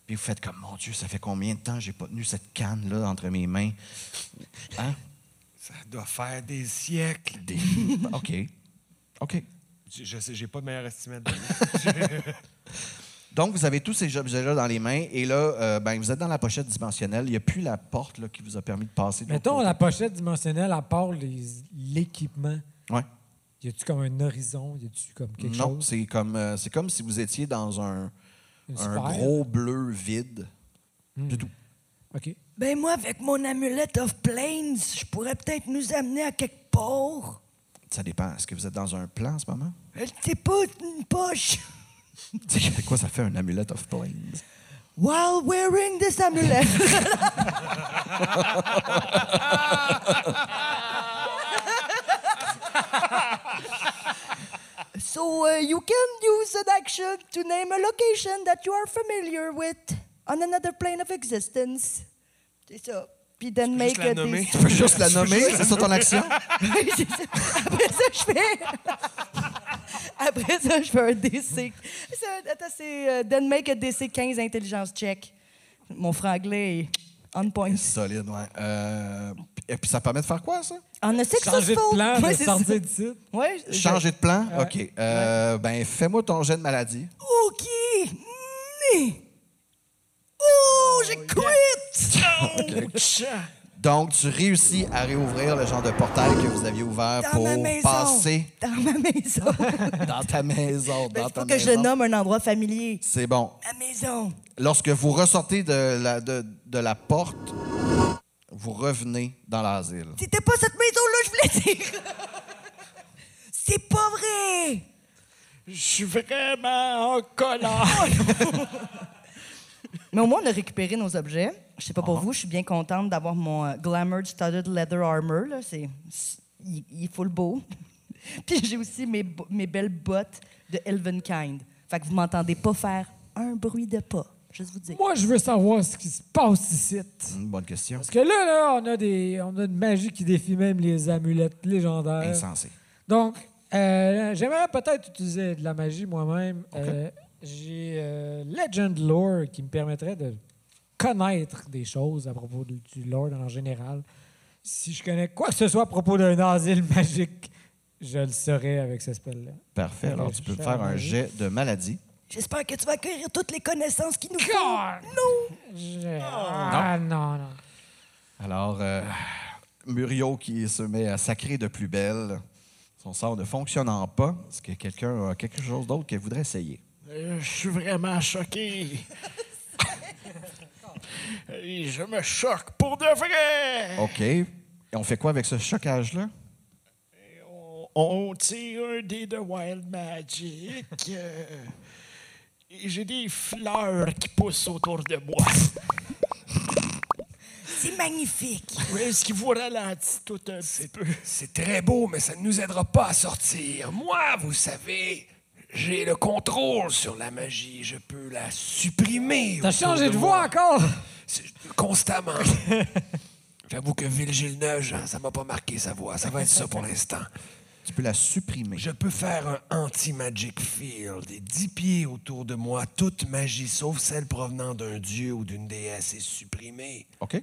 Speaker 2: Puis vous faites comme, mon Dieu, ça fait combien de temps j'ai pas tenu cette canne-là entre mes mains? Hein?
Speaker 1: Ça doit faire des siècles.
Speaker 2: Des- OK. OK.
Speaker 1: Je, je sais, j'ai pas de meilleure estimate. de lui.
Speaker 2: Donc, vous avez tous ces objets-là dans les mains. Et là, euh, ben, vous êtes dans la pochette dimensionnelle. Il n'y a plus la porte là, qui vous a permis de passer. de l'autre
Speaker 5: Mettons
Speaker 2: côté.
Speaker 5: la pochette dimensionnelle, à part les- l'équipement,
Speaker 2: Ouais.
Speaker 5: y a-tu comme un horizon? Y a-tu comme quelque
Speaker 2: Non,
Speaker 5: chose?
Speaker 2: c'est comme, euh, c'est comme si vous étiez dans un,
Speaker 5: Une
Speaker 2: un
Speaker 5: sphère?
Speaker 2: gros bleu vide. Du tout.
Speaker 5: OK.
Speaker 6: Ben moi, avec mon amulette of plains, je pourrais peut-être nous amener à quelque part.
Speaker 2: Ça dépend. Est-ce que vous êtes dans un plan en ce moment?
Speaker 6: Elle t'est pas une poche.
Speaker 2: Tu sais, avec quoi ça fait un amulette of planes?
Speaker 6: While wearing this amulet. so uh, you can use an action to name a location that you are familiar with on another plane of existence. C'est ça. Puis then
Speaker 1: Juste
Speaker 6: make
Speaker 1: la
Speaker 6: a
Speaker 1: nommer.
Speaker 2: Tu peux juste la nommer, c'est ça ton action?
Speaker 6: Oui, c'est ça. Après ça, je fais. Après ça, je fais un DC. C'est un- Attends, c'est euh, Then Make a DC 15 intelligence check. Mon franglais est on point.
Speaker 2: Solide, ouais. Euh, puis- et puis ça permet de faire quoi, ça?
Speaker 6: On a successful.
Speaker 5: Changer de plan,
Speaker 6: Ouais,
Speaker 5: de
Speaker 6: c'est
Speaker 5: sortir d'ici.
Speaker 6: ça. Ouais, je-
Speaker 2: Changer de plan? OK. Euh, Ben, fais-moi ton jet de maladie.
Speaker 6: OK. Mais- Oh, j'ai quit!
Speaker 2: Donc, tu réussis à réouvrir le genre de portail que vous aviez ouvert
Speaker 6: Dans
Speaker 2: pour
Speaker 6: ma maison.
Speaker 2: passer
Speaker 6: Dans ma maison.
Speaker 2: dans ta maison.
Speaker 6: Il
Speaker 2: dans ta
Speaker 6: Ben, faut que je
Speaker 2: maison.
Speaker 6: nomme un endroit familier.
Speaker 2: C'est bon.
Speaker 6: La maison.
Speaker 2: Lorsque vous ressortez de la, de, de la porte, vous revenez dans l'asile.
Speaker 6: C'était pas cette maison-là, je voulais dire. C'est pas vrai!
Speaker 4: Je suis vraiment en colère.
Speaker 3: Mais au moins, on a récupéré nos objets. Je sais pas pour vous, je suis bien contente d'avoir mon euh, Glamour Studded Leather Armor. Là. C'est, c'est- il, il est full beau. Puis j'ai aussi mes, bo- mes belles bottes de Elvenkind. Fait que vous m'entendez pas faire un bruit de pas. Juste vous dire.
Speaker 5: Moi, je veux savoir ce qui se passe ici.
Speaker 2: Une bonne question.
Speaker 5: Parce que là, là, on a, des, on a une magie qui défie même les amulettes légendaires.
Speaker 2: Insensé.
Speaker 5: Donc, euh, j'aimerais peut-être utiliser de la magie moi-même. Euh, J'ai euh, Legend Lore qui me permettrait de connaître des choses à propos de- du Lord en général. Si je connais quoi que ce soit à propos d'un asile magique, je le saurais avec ce spell-là.
Speaker 2: Parfait. Alors, tu peux me faire un jet de maladie.
Speaker 6: J'espère que tu vas acquérir toutes les connaissances qu'il nous faut.
Speaker 5: God!
Speaker 6: Non!
Speaker 5: Je- Ah, non, non.
Speaker 2: Alors, euh, Muriot qui se met à sacrer de plus belle, son sort ne fonctionnant pas, est-ce que quelqu'un a quelque chose d'autre qu'elle voudrait essayer?
Speaker 4: Euh, Je suis vraiment choqué. Et je me choque pour de vrai.
Speaker 2: OK. Et on fait quoi avec ce chocage-là?
Speaker 4: On, on tire un dé de Wild Magic. euh, et j'ai des fleurs qui poussent autour de moi.
Speaker 6: C'est magnifique.
Speaker 4: Est-ce qu'il vous ralentit tout un petit peu?
Speaker 8: C'est très beau, mais ça ne nous aidera pas à sortir. Moi, vous savez, j'ai le contrôle sur la magie. Je peux la supprimer.
Speaker 5: T'as
Speaker 8: autour
Speaker 5: changé de
Speaker 8: moi.
Speaker 5: voix encore?
Speaker 8: C'est- Constamment. J'avoue que Ville-Gilneuge, hein, ça m'a pas marqué sa voix. Ça va être ça pour l'instant.
Speaker 2: Tu peux la supprimer.
Speaker 8: Je peux faire un anti-magic field et dix pieds autour de moi. Toute magie, sauf celle provenant d'un dieu ou d'une déesse, est supprimée.
Speaker 2: OK?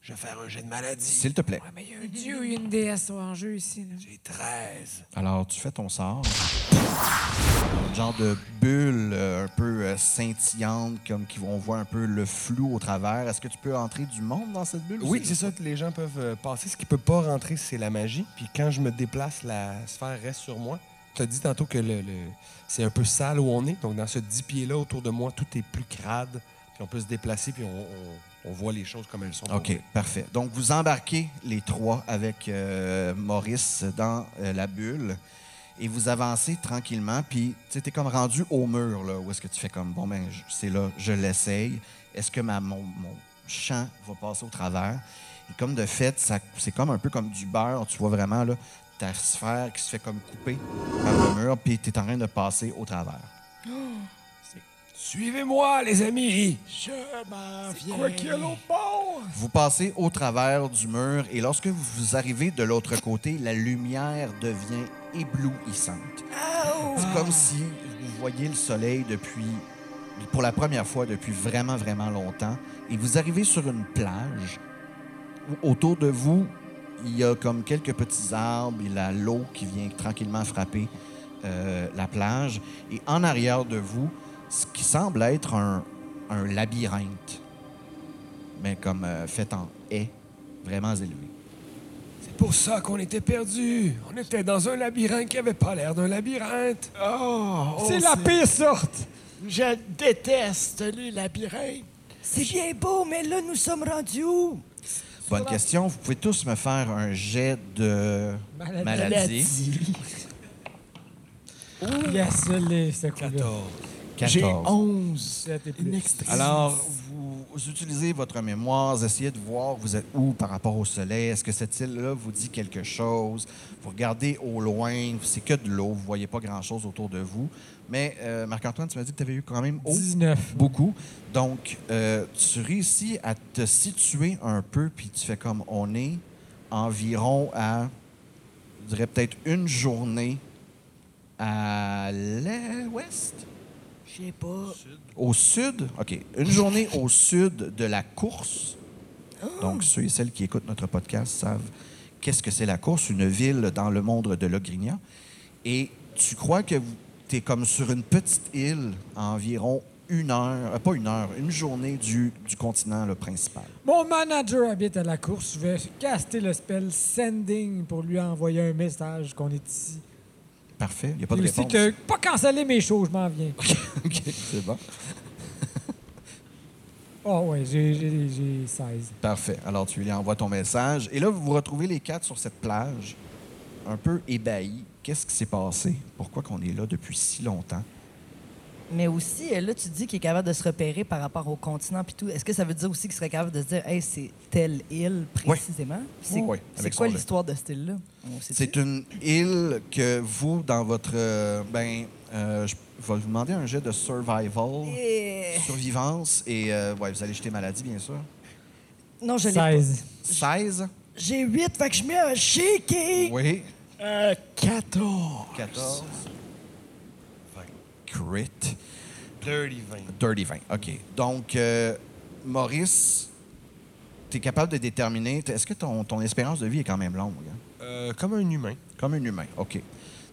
Speaker 8: Je vais faire un jet de maladie.
Speaker 2: S'il te plaît.
Speaker 5: mais il y a un dieu et une déesse en jeu ici.
Speaker 8: J'ai 13.
Speaker 2: Alors, tu fais ton sort. Un genre de bulle euh, un peu euh, scintillante, comme qui, on voit un peu le flou au travers. Est-ce que tu peux entrer du monde dans cette bulle?
Speaker 1: Oui, c'est ça que les gens peuvent euh, passer. Ce qui peut pas rentrer, c'est la magie. Puis quand je me déplace, la sphère reste sur moi. Tu as dit tantôt que le, le- c'est un peu sale où on est. Donc dans ce dix pieds-là, autour de moi, tout est plus crade. Puis on peut se déplacer, puis on, on- on voit les choses comme elles sont.
Speaker 2: OK, parfait. Donc, vous embarquez les trois avec euh, Maurice dans euh, la bulle et vous avancez tranquillement. Puis, tu es comme rendu au mur, là, où est-ce que tu fais comme, bon, ben, je- c'est là, je l'essaye. Est-ce que ma, mon, mon champ va passer au travers? Et comme de fait, ça- c'est comme un peu comme du beurre. Tu vois vraiment, là, ta sphère qui se fait comme couper par le mur, puis tu es en train de passer au travers.
Speaker 8: Suivez-moi, les amis!
Speaker 4: Je m'en viens. Quoi qu'il y a l'autre bord?
Speaker 2: Vous passez au travers du mur et lorsque vous arrivez de l'autre côté, la lumière devient éblouissante. C'est comme si vous voyez le soleil depuis, pour la première fois depuis vraiment, vraiment longtemps. Et vous arrivez sur une plage où autour de vous, il y a comme quelques petits arbres, il y a l'eau qui vient tranquillement frapper euh, la plage. Et en arrière de vous, ce qui semble être un- un labyrinthe mais comme euh, fait en haie, vraiment élevé.
Speaker 8: C'est pour ça qu'on était perdus. On était dans un labyrinthe qui avait pas l'air d'un labyrinthe.
Speaker 4: Oh,
Speaker 7: C'est la pire sorte.
Speaker 4: Je déteste les labyrinthes.
Speaker 6: C'est bien beau, mais là, nous sommes rendus où?
Speaker 2: Bonne question. Vous pouvez tous me faire un jet de maladie.
Speaker 7: Yes, je l'ai, ce coup-là.
Speaker 2: 14.
Speaker 4: J'ai 11.
Speaker 7: Sept et plus.
Speaker 4: Une extra-
Speaker 2: Alors, vous utilisez votre mémoire, vous essayez de voir vous êtes où par rapport au soleil. Est-ce que cette île-là vous dit quelque chose? Vous regardez au loin, c'est que de l'eau, vous voyez pas grand-chose autour de vous. Mais euh, Marc-Antoine, tu m'as dit que tu avais eu quand
Speaker 7: Oh.
Speaker 2: même haut.
Speaker 7: 19.
Speaker 2: beaucoup. Donc, euh, tu réussis à te situer un peu, puis tu fais comme on est environ à, je dirais peut-être une journée à l'ouest,
Speaker 6: Je sais pas.
Speaker 2: au sud. OK, une journée au sud de la course. Donc, ceux et celles qui écoutent notre podcast savent qu'est-ce que c'est la course, une ville dans le monde de Logrignan. Et tu crois que tu es comme sur une petite île à environ une heure, euh, pas une heure, une journée du, du continent le principal.
Speaker 7: Mon manager habite à la course. Je vais caster le spell Sending pour lui envoyer un message qu'on est ici.
Speaker 2: Parfait, il n'y a pas de
Speaker 7: Et aussi
Speaker 2: réponse.
Speaker 7: que pas canceller mes shows, je m'en viens.
Speaker 2: OK, c'est bon.
Speaker 7: Oh ouais, j'ai- j'ai j'ai 16.
Speaker 2: Parfait. Alors, tu lui envoies ton message. Et là, vous vous retrouvez les quatre sur cette plage, un peu ébahis. Qu'est-ce qui s'est passé? Pourquoi qu'on est là depuis si longtemps?
Speaker 3: Mais aussi, euh, là, tu dis qu'il est capable de se repérer par rapport au continent puis tout. Est-ce que ça veut dire aussi qu'il serait capable de se dire, hey, c'est telle île précisément? Puis C'est
Speaker 2: Oui, oui,
Speaker 3: c'est
Speaker 2: avec
Speaker 3: quoi
Speaker 2: son jet.
Speaker 3: l'histoire de cette île-là? On sait-tu?
Speaker 2: C'est une île que vous, dans votre... euh, ben, euh, je vais vous demander un jet de survival,
Speaker 6: Eh,
Speaker 2: survivance, et euh, ouais, vous allez jeter maladie, bien sûr.
Speaker 6: Non, je l'ai pas.
Speaker 7: 16.
Speaker 2: 16.
Speaker 6: J'ai 8, fait que je mets un shaky.
Speaker 2: Oui.
Speaker 4: Euh, 14.
Speaker 2: 14. Crit.
Speaker 1: Dirty 20.
Speaker 2: Dirty 20. OK. Donc, euh, Maurice, tu es capable de déterminer. t- Est-ce que ton, ton espérance de vie est quand même longue? hein?
Speaker 1: Euh, comme un humain.
Speaker 2: Comme un humain. OK. Tu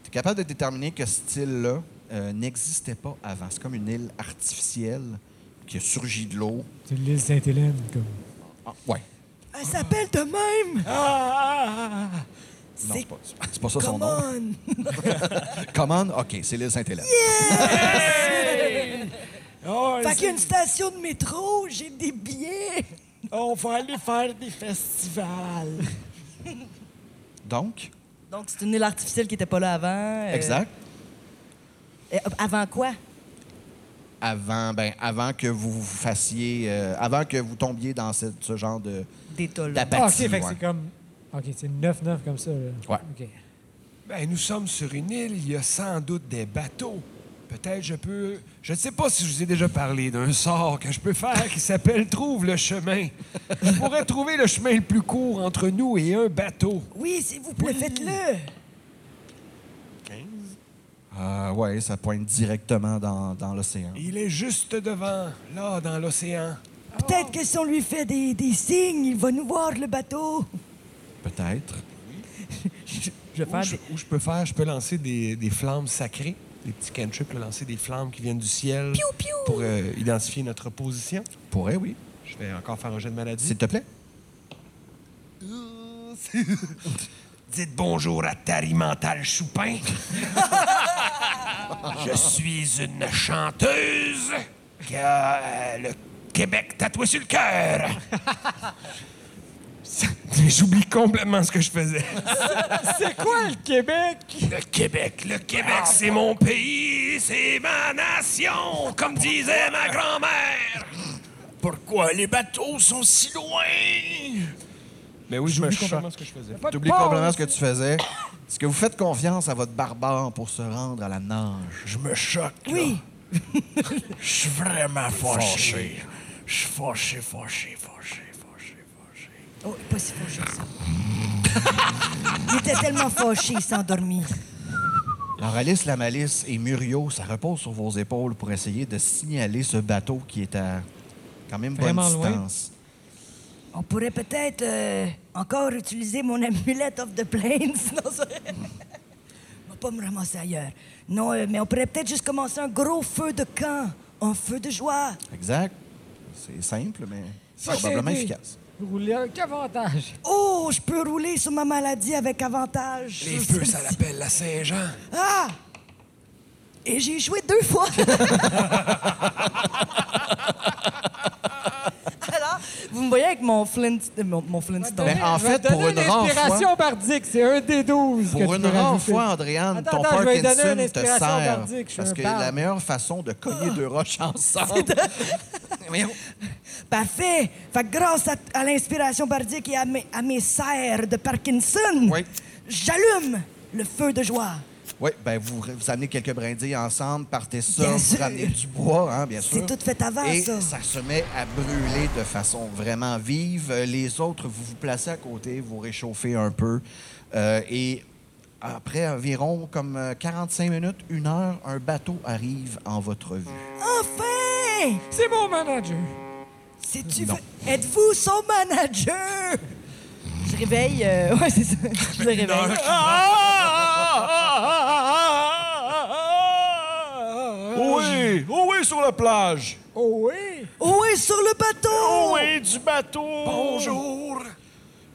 Speaker 2: es capable de déterminer que ce style-là, euh, n'existait pas avant. C'est comme une île artificielle qui a surgi de l'eau.
Speaker 7: C'est l'île Sainte-Hélène, comme.
Speaker 2: Ah, ouais.
Speaker 6: Elle s'appelle de même.
Speaker 4: Ah!
Speaker 2: Non, c'est pas, c'est pas ça son
Speaker 6: Come
Speaker 2: nom.
Speaker 6: on.
Speaker 2: Commande? OK, c'est l'île Sainte-Hélène.
Speaker 4: Oh,
Speaker 6: Fait qu'il y a une station de métro, j'ai des billets.
Speaker 4: On va aller faire des festivals.
Speaker 2: Donc,
Speaker 3: Donc, c'est une île artificielle qui n'était pas là avant. euh,
Speaker 2: exact.
Speaker 3: euh, avant quoi?
Speaker 2: Avant, ben, avant que vous vous fassiez, euh, avant que vous tombiez dans ce, ce genre de
Speaker 3: Des tôles.
Speaker 2: d'apathie.
Speaker 7: Ah, OK, fait que
Speaker 2: ouais.
Speaker 7: c'est comme. OK, c'est 9-9 comme ça, là.
Speaker 2: Ouais.
Speaker 7: OK.
Speaker 1: Ben, nous sommes sur une île, il y a sans doute des bateaux. Peut-être je peux. Je ne sais pas si je vous ai déjà parlé d'un sort que je peux faire qui s'appelle Trouve le chemin. Je pourrais trouver le chemin le plus court entre nous et un bateau.
Speaker 6: Oui, s'il vous plaît, faites-le.
Speaker 2: Ah, ouais, ça pointe directement dans, dans l'océan.
Speaker 1: Il est juste devant, là, dans l'océan.
Speaker 6: Peut-être que si on lui fait des, des signes, il va nous voir, le bateau.
Speaker 2: Peut-être.
Speaker 3: Je vais
Speaker 1: Où
Speaker 3: faire
Speaker 1: je,
Speaker 3: des-
Speaker 1: où je peux faire, je peux lancer des, des flammes sacrées, des petits cantrips, là, lancer des flammes qui viennent du ciel pour euh, identifier notre position.
Speaker 2: Pourrait, oui.
Speaker 1: Je vais encore faire un jeu de maladie.
Speaker 2: S'il te plaît.
Speaker 1: Dites bonjour à Tari Mental Choupin. je suis une chanteuse qui a euh, le Québec tatoué sur le cœur. Ça- J'oublie complètement ce que je faisais.
Speaker 7: C'est quoi le Québec?
Speaker 1: Le Québec, le Québec, c'est mon pays, c'est ma nation, comme disait ma grand-mère.
Speaker 4: Pourquoi les bateaux sont si loin?
Speaker 1: Mais oui, je me
Speaker 2: complètement
Speaker 1: ce que je faisais.
Speaker 2: Tu oublies complètement ce que tu faisais. Est-ce que vous faites confiance à votre barbare pour se rendre à la nage?
Speaker 4: Je me choque. là.
Speaker 6: Oui.
Speaker 4: Je suis vraiment fâché. Je suis fâché, fâché, fâché, fâché, fâché.
Speaker 6: Oh, pas si fâché que ça. il était tellement fâché, il s'est endormi.
Speaker 2: Alors, Alice la Malice et Murio, ça repose sur vos épaules pour essayer de signaler ce bateau qui est à quand même bonne
Speaker 7: Vraiment loin.
Speaker 2: distance.
Speaker 6: On pourrait peut-être euh, encore utiliser mon amulette off the plane, sinon ça... On va pas me ramasser ailleurs. Non, euh, mais on pourrait peut-être juste commencer un gros feu de camp, un feu de joie.
Speaker 2: Exact. C'est simple, mais
Speaker 7: Ça,
Speaker 2: c'est
Speaker 7: je t'ai
Speaker 2: probablement
Speaker 7: aidé.
Speaker 2: efficace.
Speaker 7: Vous roulez avec avantage.
Speaker 6: Oh, je peux rouler sur ma maladie avec avantage.
Speaker 8: Les feux, ça l'appelle la Saint-Jean.
Speaker 6: Ah! Et j'ai joué deux fois.
Speaker 3: Alors, vous me voyez avec mon Flint... euh, Mon, mon Flintstone.
Speaker 2: Ben, en
Speaker 7: Je vais
Speaker 2: fait,
Speaker 7: te
Speaker 2: pour
Speaker 7: donner
Speaker 2: une rare
Speaker 7: Inspiration
Speaker 2: fois,
Speaker 7: bardique, c'est un des 12. que
Speaker 2: pour
Speaker 7: tu
Speaker 2: une
Speaker 7: peux
Speaker 2: rare
Speaker 7: rajouter.
Speaker 2: fois, Andréane,
Speaker 7: Attends,
Speaker 2: ton
Speaker 7: attends, je vais donner
Speaker 2: Parkinson
Speaker 7: une
Speaker 2: te
Speaker 7: inspiration
Speaker 2: sert.
Speaker 7: bardique, je suis
Speaker 2: Parce
Speaker 7: un
Speaker 2: que
Speaker 7: barde.
Speaker 2: la meilleure façon de cogner deux roches ensemble, Voyons.
Speaker 6: Parfait. Fait que grâce à, à l'inspiration bardique et à mes, à mes serres de Parkinson,
Speaker 2: Oui.
Speaker 6: j'allume le feu de joie.
Speaker 2: Oui, ben vous, vous amenez quelques brindilles ensemble, partez ça,
Speaker 6: Bien
Speaker 2: vous
Speaker 6: sûr.
Speaker 2: ramenez du bois, hein, bien sûr.
Speaker 6: tout fait avant,
Speaker 2: Et
Speaker 6: ça.
Speaker 2: se met à brûler de façon vraiment vive. Euh, Les autres, vous vous placez à côté, vous réchauffez un peu. Euh, et après environ comme euh, 45 minutes, une heure, un bateau arrive en votre vue.
Speaker 6: Enfin!
Speaker 7: C'est mon manager.
Speaker 6: C'est-tu... Êtes-vous son manager?
Speaker 3: Je réveille... euh, ouais, c'est ça. Je le réveille. Ah!
Speaker 4: Oui, oui, sur la plage.
Speaker 7: Oh oui!
Speaker 6: Oh, est sur le bateau!
Speaker 4: Ah Oui, du bateau.
Speaker 8: Bonjour.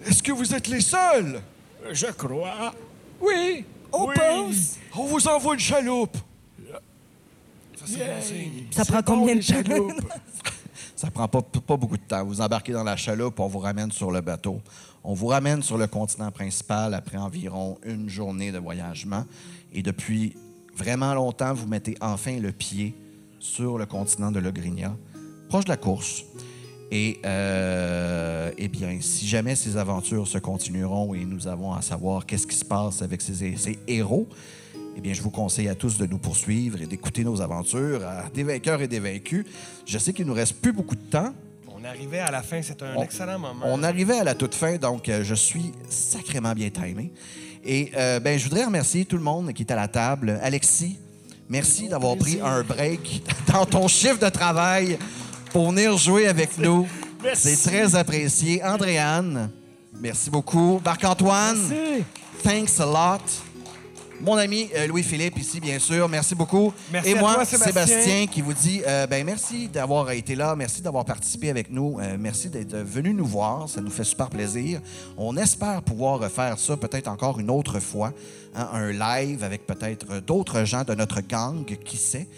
Speaker 8: Est-ce que vous êtes les seuls?
Speaker 4: Je crois.
Speaker 7: Oui!
Speaker 6: On
Speaker 4: Oui.
Speaker 6: pose.
Speaker 8: On vous envoie une chaloupe.
Speaker 3: Ça prend combien de temps?
Speaker 2: Ça prend pas, pas beaucoup de temps. Vous embarquez dans la chaloupe, on vous ramène sur le bateau. On vous ramène sur le continent principal après environ une journée de voyagement. Et depuis vraiment longtemps, vous mettez enfin le pied sur le continent de Logrinia, proche de la course. Et euh, eh bien, si jamais ces aventures se continueront et nous avons à savoir qu'est-ce qui se passe avec ces, ces héros, eh bien, je vous conseille à tous de nous poursuivre et d'écouter nos aventures à des vainqueurs et des vaincus. Je sais qu'il nous reste plus beaucoup de temps.
Speaker 1: On arrivait à la fin, c'est un
Speaker 2: On-
Speaker 1: excellent moment.
Speaker 2: On arrivait à la toute fin, donc euh, je suis sacrément bien timé. Et euh, ben, je voudrais remercier tout le monde qui est à la table. Alexis, merci d'avoir pris un break dans ton chiffre de travail pour venir jouer avec nous.
Speaker 4: Merci.
Speaker 2: C'est très apprécié. Andréane, merci beaucoup. Marc-Antoine,
Speaker 7: Si!
Speaker 2: thanks a lot. mon ami euh, Louis-Philippe ici, bien sûr. Merci beaucoup.
Speaker 1: Merci
Speaker 2: Et
Speaker 1: à
Speaker 2: moi,
Speaker 1: toi, Sébastien.
Speaker 2: qui vous dit euh, ben merci d'avoir été là, merci d'avoir participé avec nous, euh, merci d'être venu nous voir, ça nous fait super plaisir. On espère pouvoir refaire ça peut-être encore une autre fois, hein, un live avec peut-être d'autres gens de notre gang, qui sait.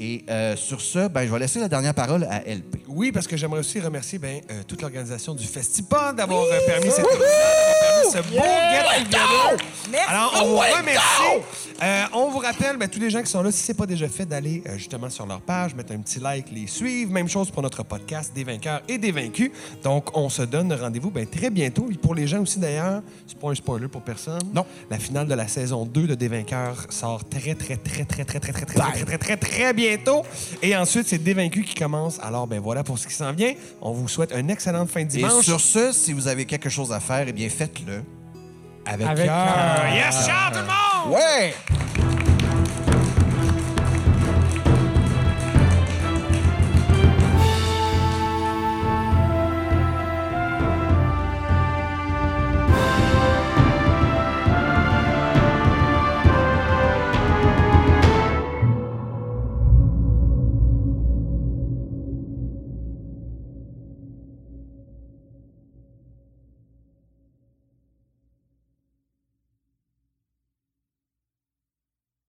Speaker 2: Et euh, sur ce, ben, je vais laisser la dernière parole à LP.
Speaker 1: Oui, parce que j'aimerais aussi remercier ben, euh, toute l'organisation du Festipod d'avoir euh, permis cet épisode, d'avoir permis ce beau get together.
Speaker 6: Merci.
Speaker 1: Alors, on vous remercie. Euh, on vous rappelle, ben, tous les gens qui sont là, si ce n'est pas déjà fait, d'aller euh, justement sur leur page, mettre un petit like, les suivre. Même chose pour notre podcast des vainqueurs et des vaincus. Donc, on se donne rendez-vous ben, très bientôt. Et pour les gens aussi, d'ailleurs, c'est pas un spoiler pour personne.
Speaker 2: Non.
Speaker 1: La finale de la saison 2 de Des vainqueurs sort très, très, très, très, très, très, très, très, très, très, très, très bientôt. Et ensuite, c'est Des vaincus qui commence. Alors, ben voilà pour ce qui s'en vient. On vous souhaite une excellente fin de
Speaker 2: Et
Speaker 1: dimanche.
Speaker 2: sur ce, si vous avez quelque chose à faire, eh bien faites-le.
Speaker 1: Avec,
Speaker 7: Avec
Speaker 1: cœur.
Speaker 7: cœur.
Speaker 1: Yes, Ben, ciao tout le monde!
Speaker 2: Ouais!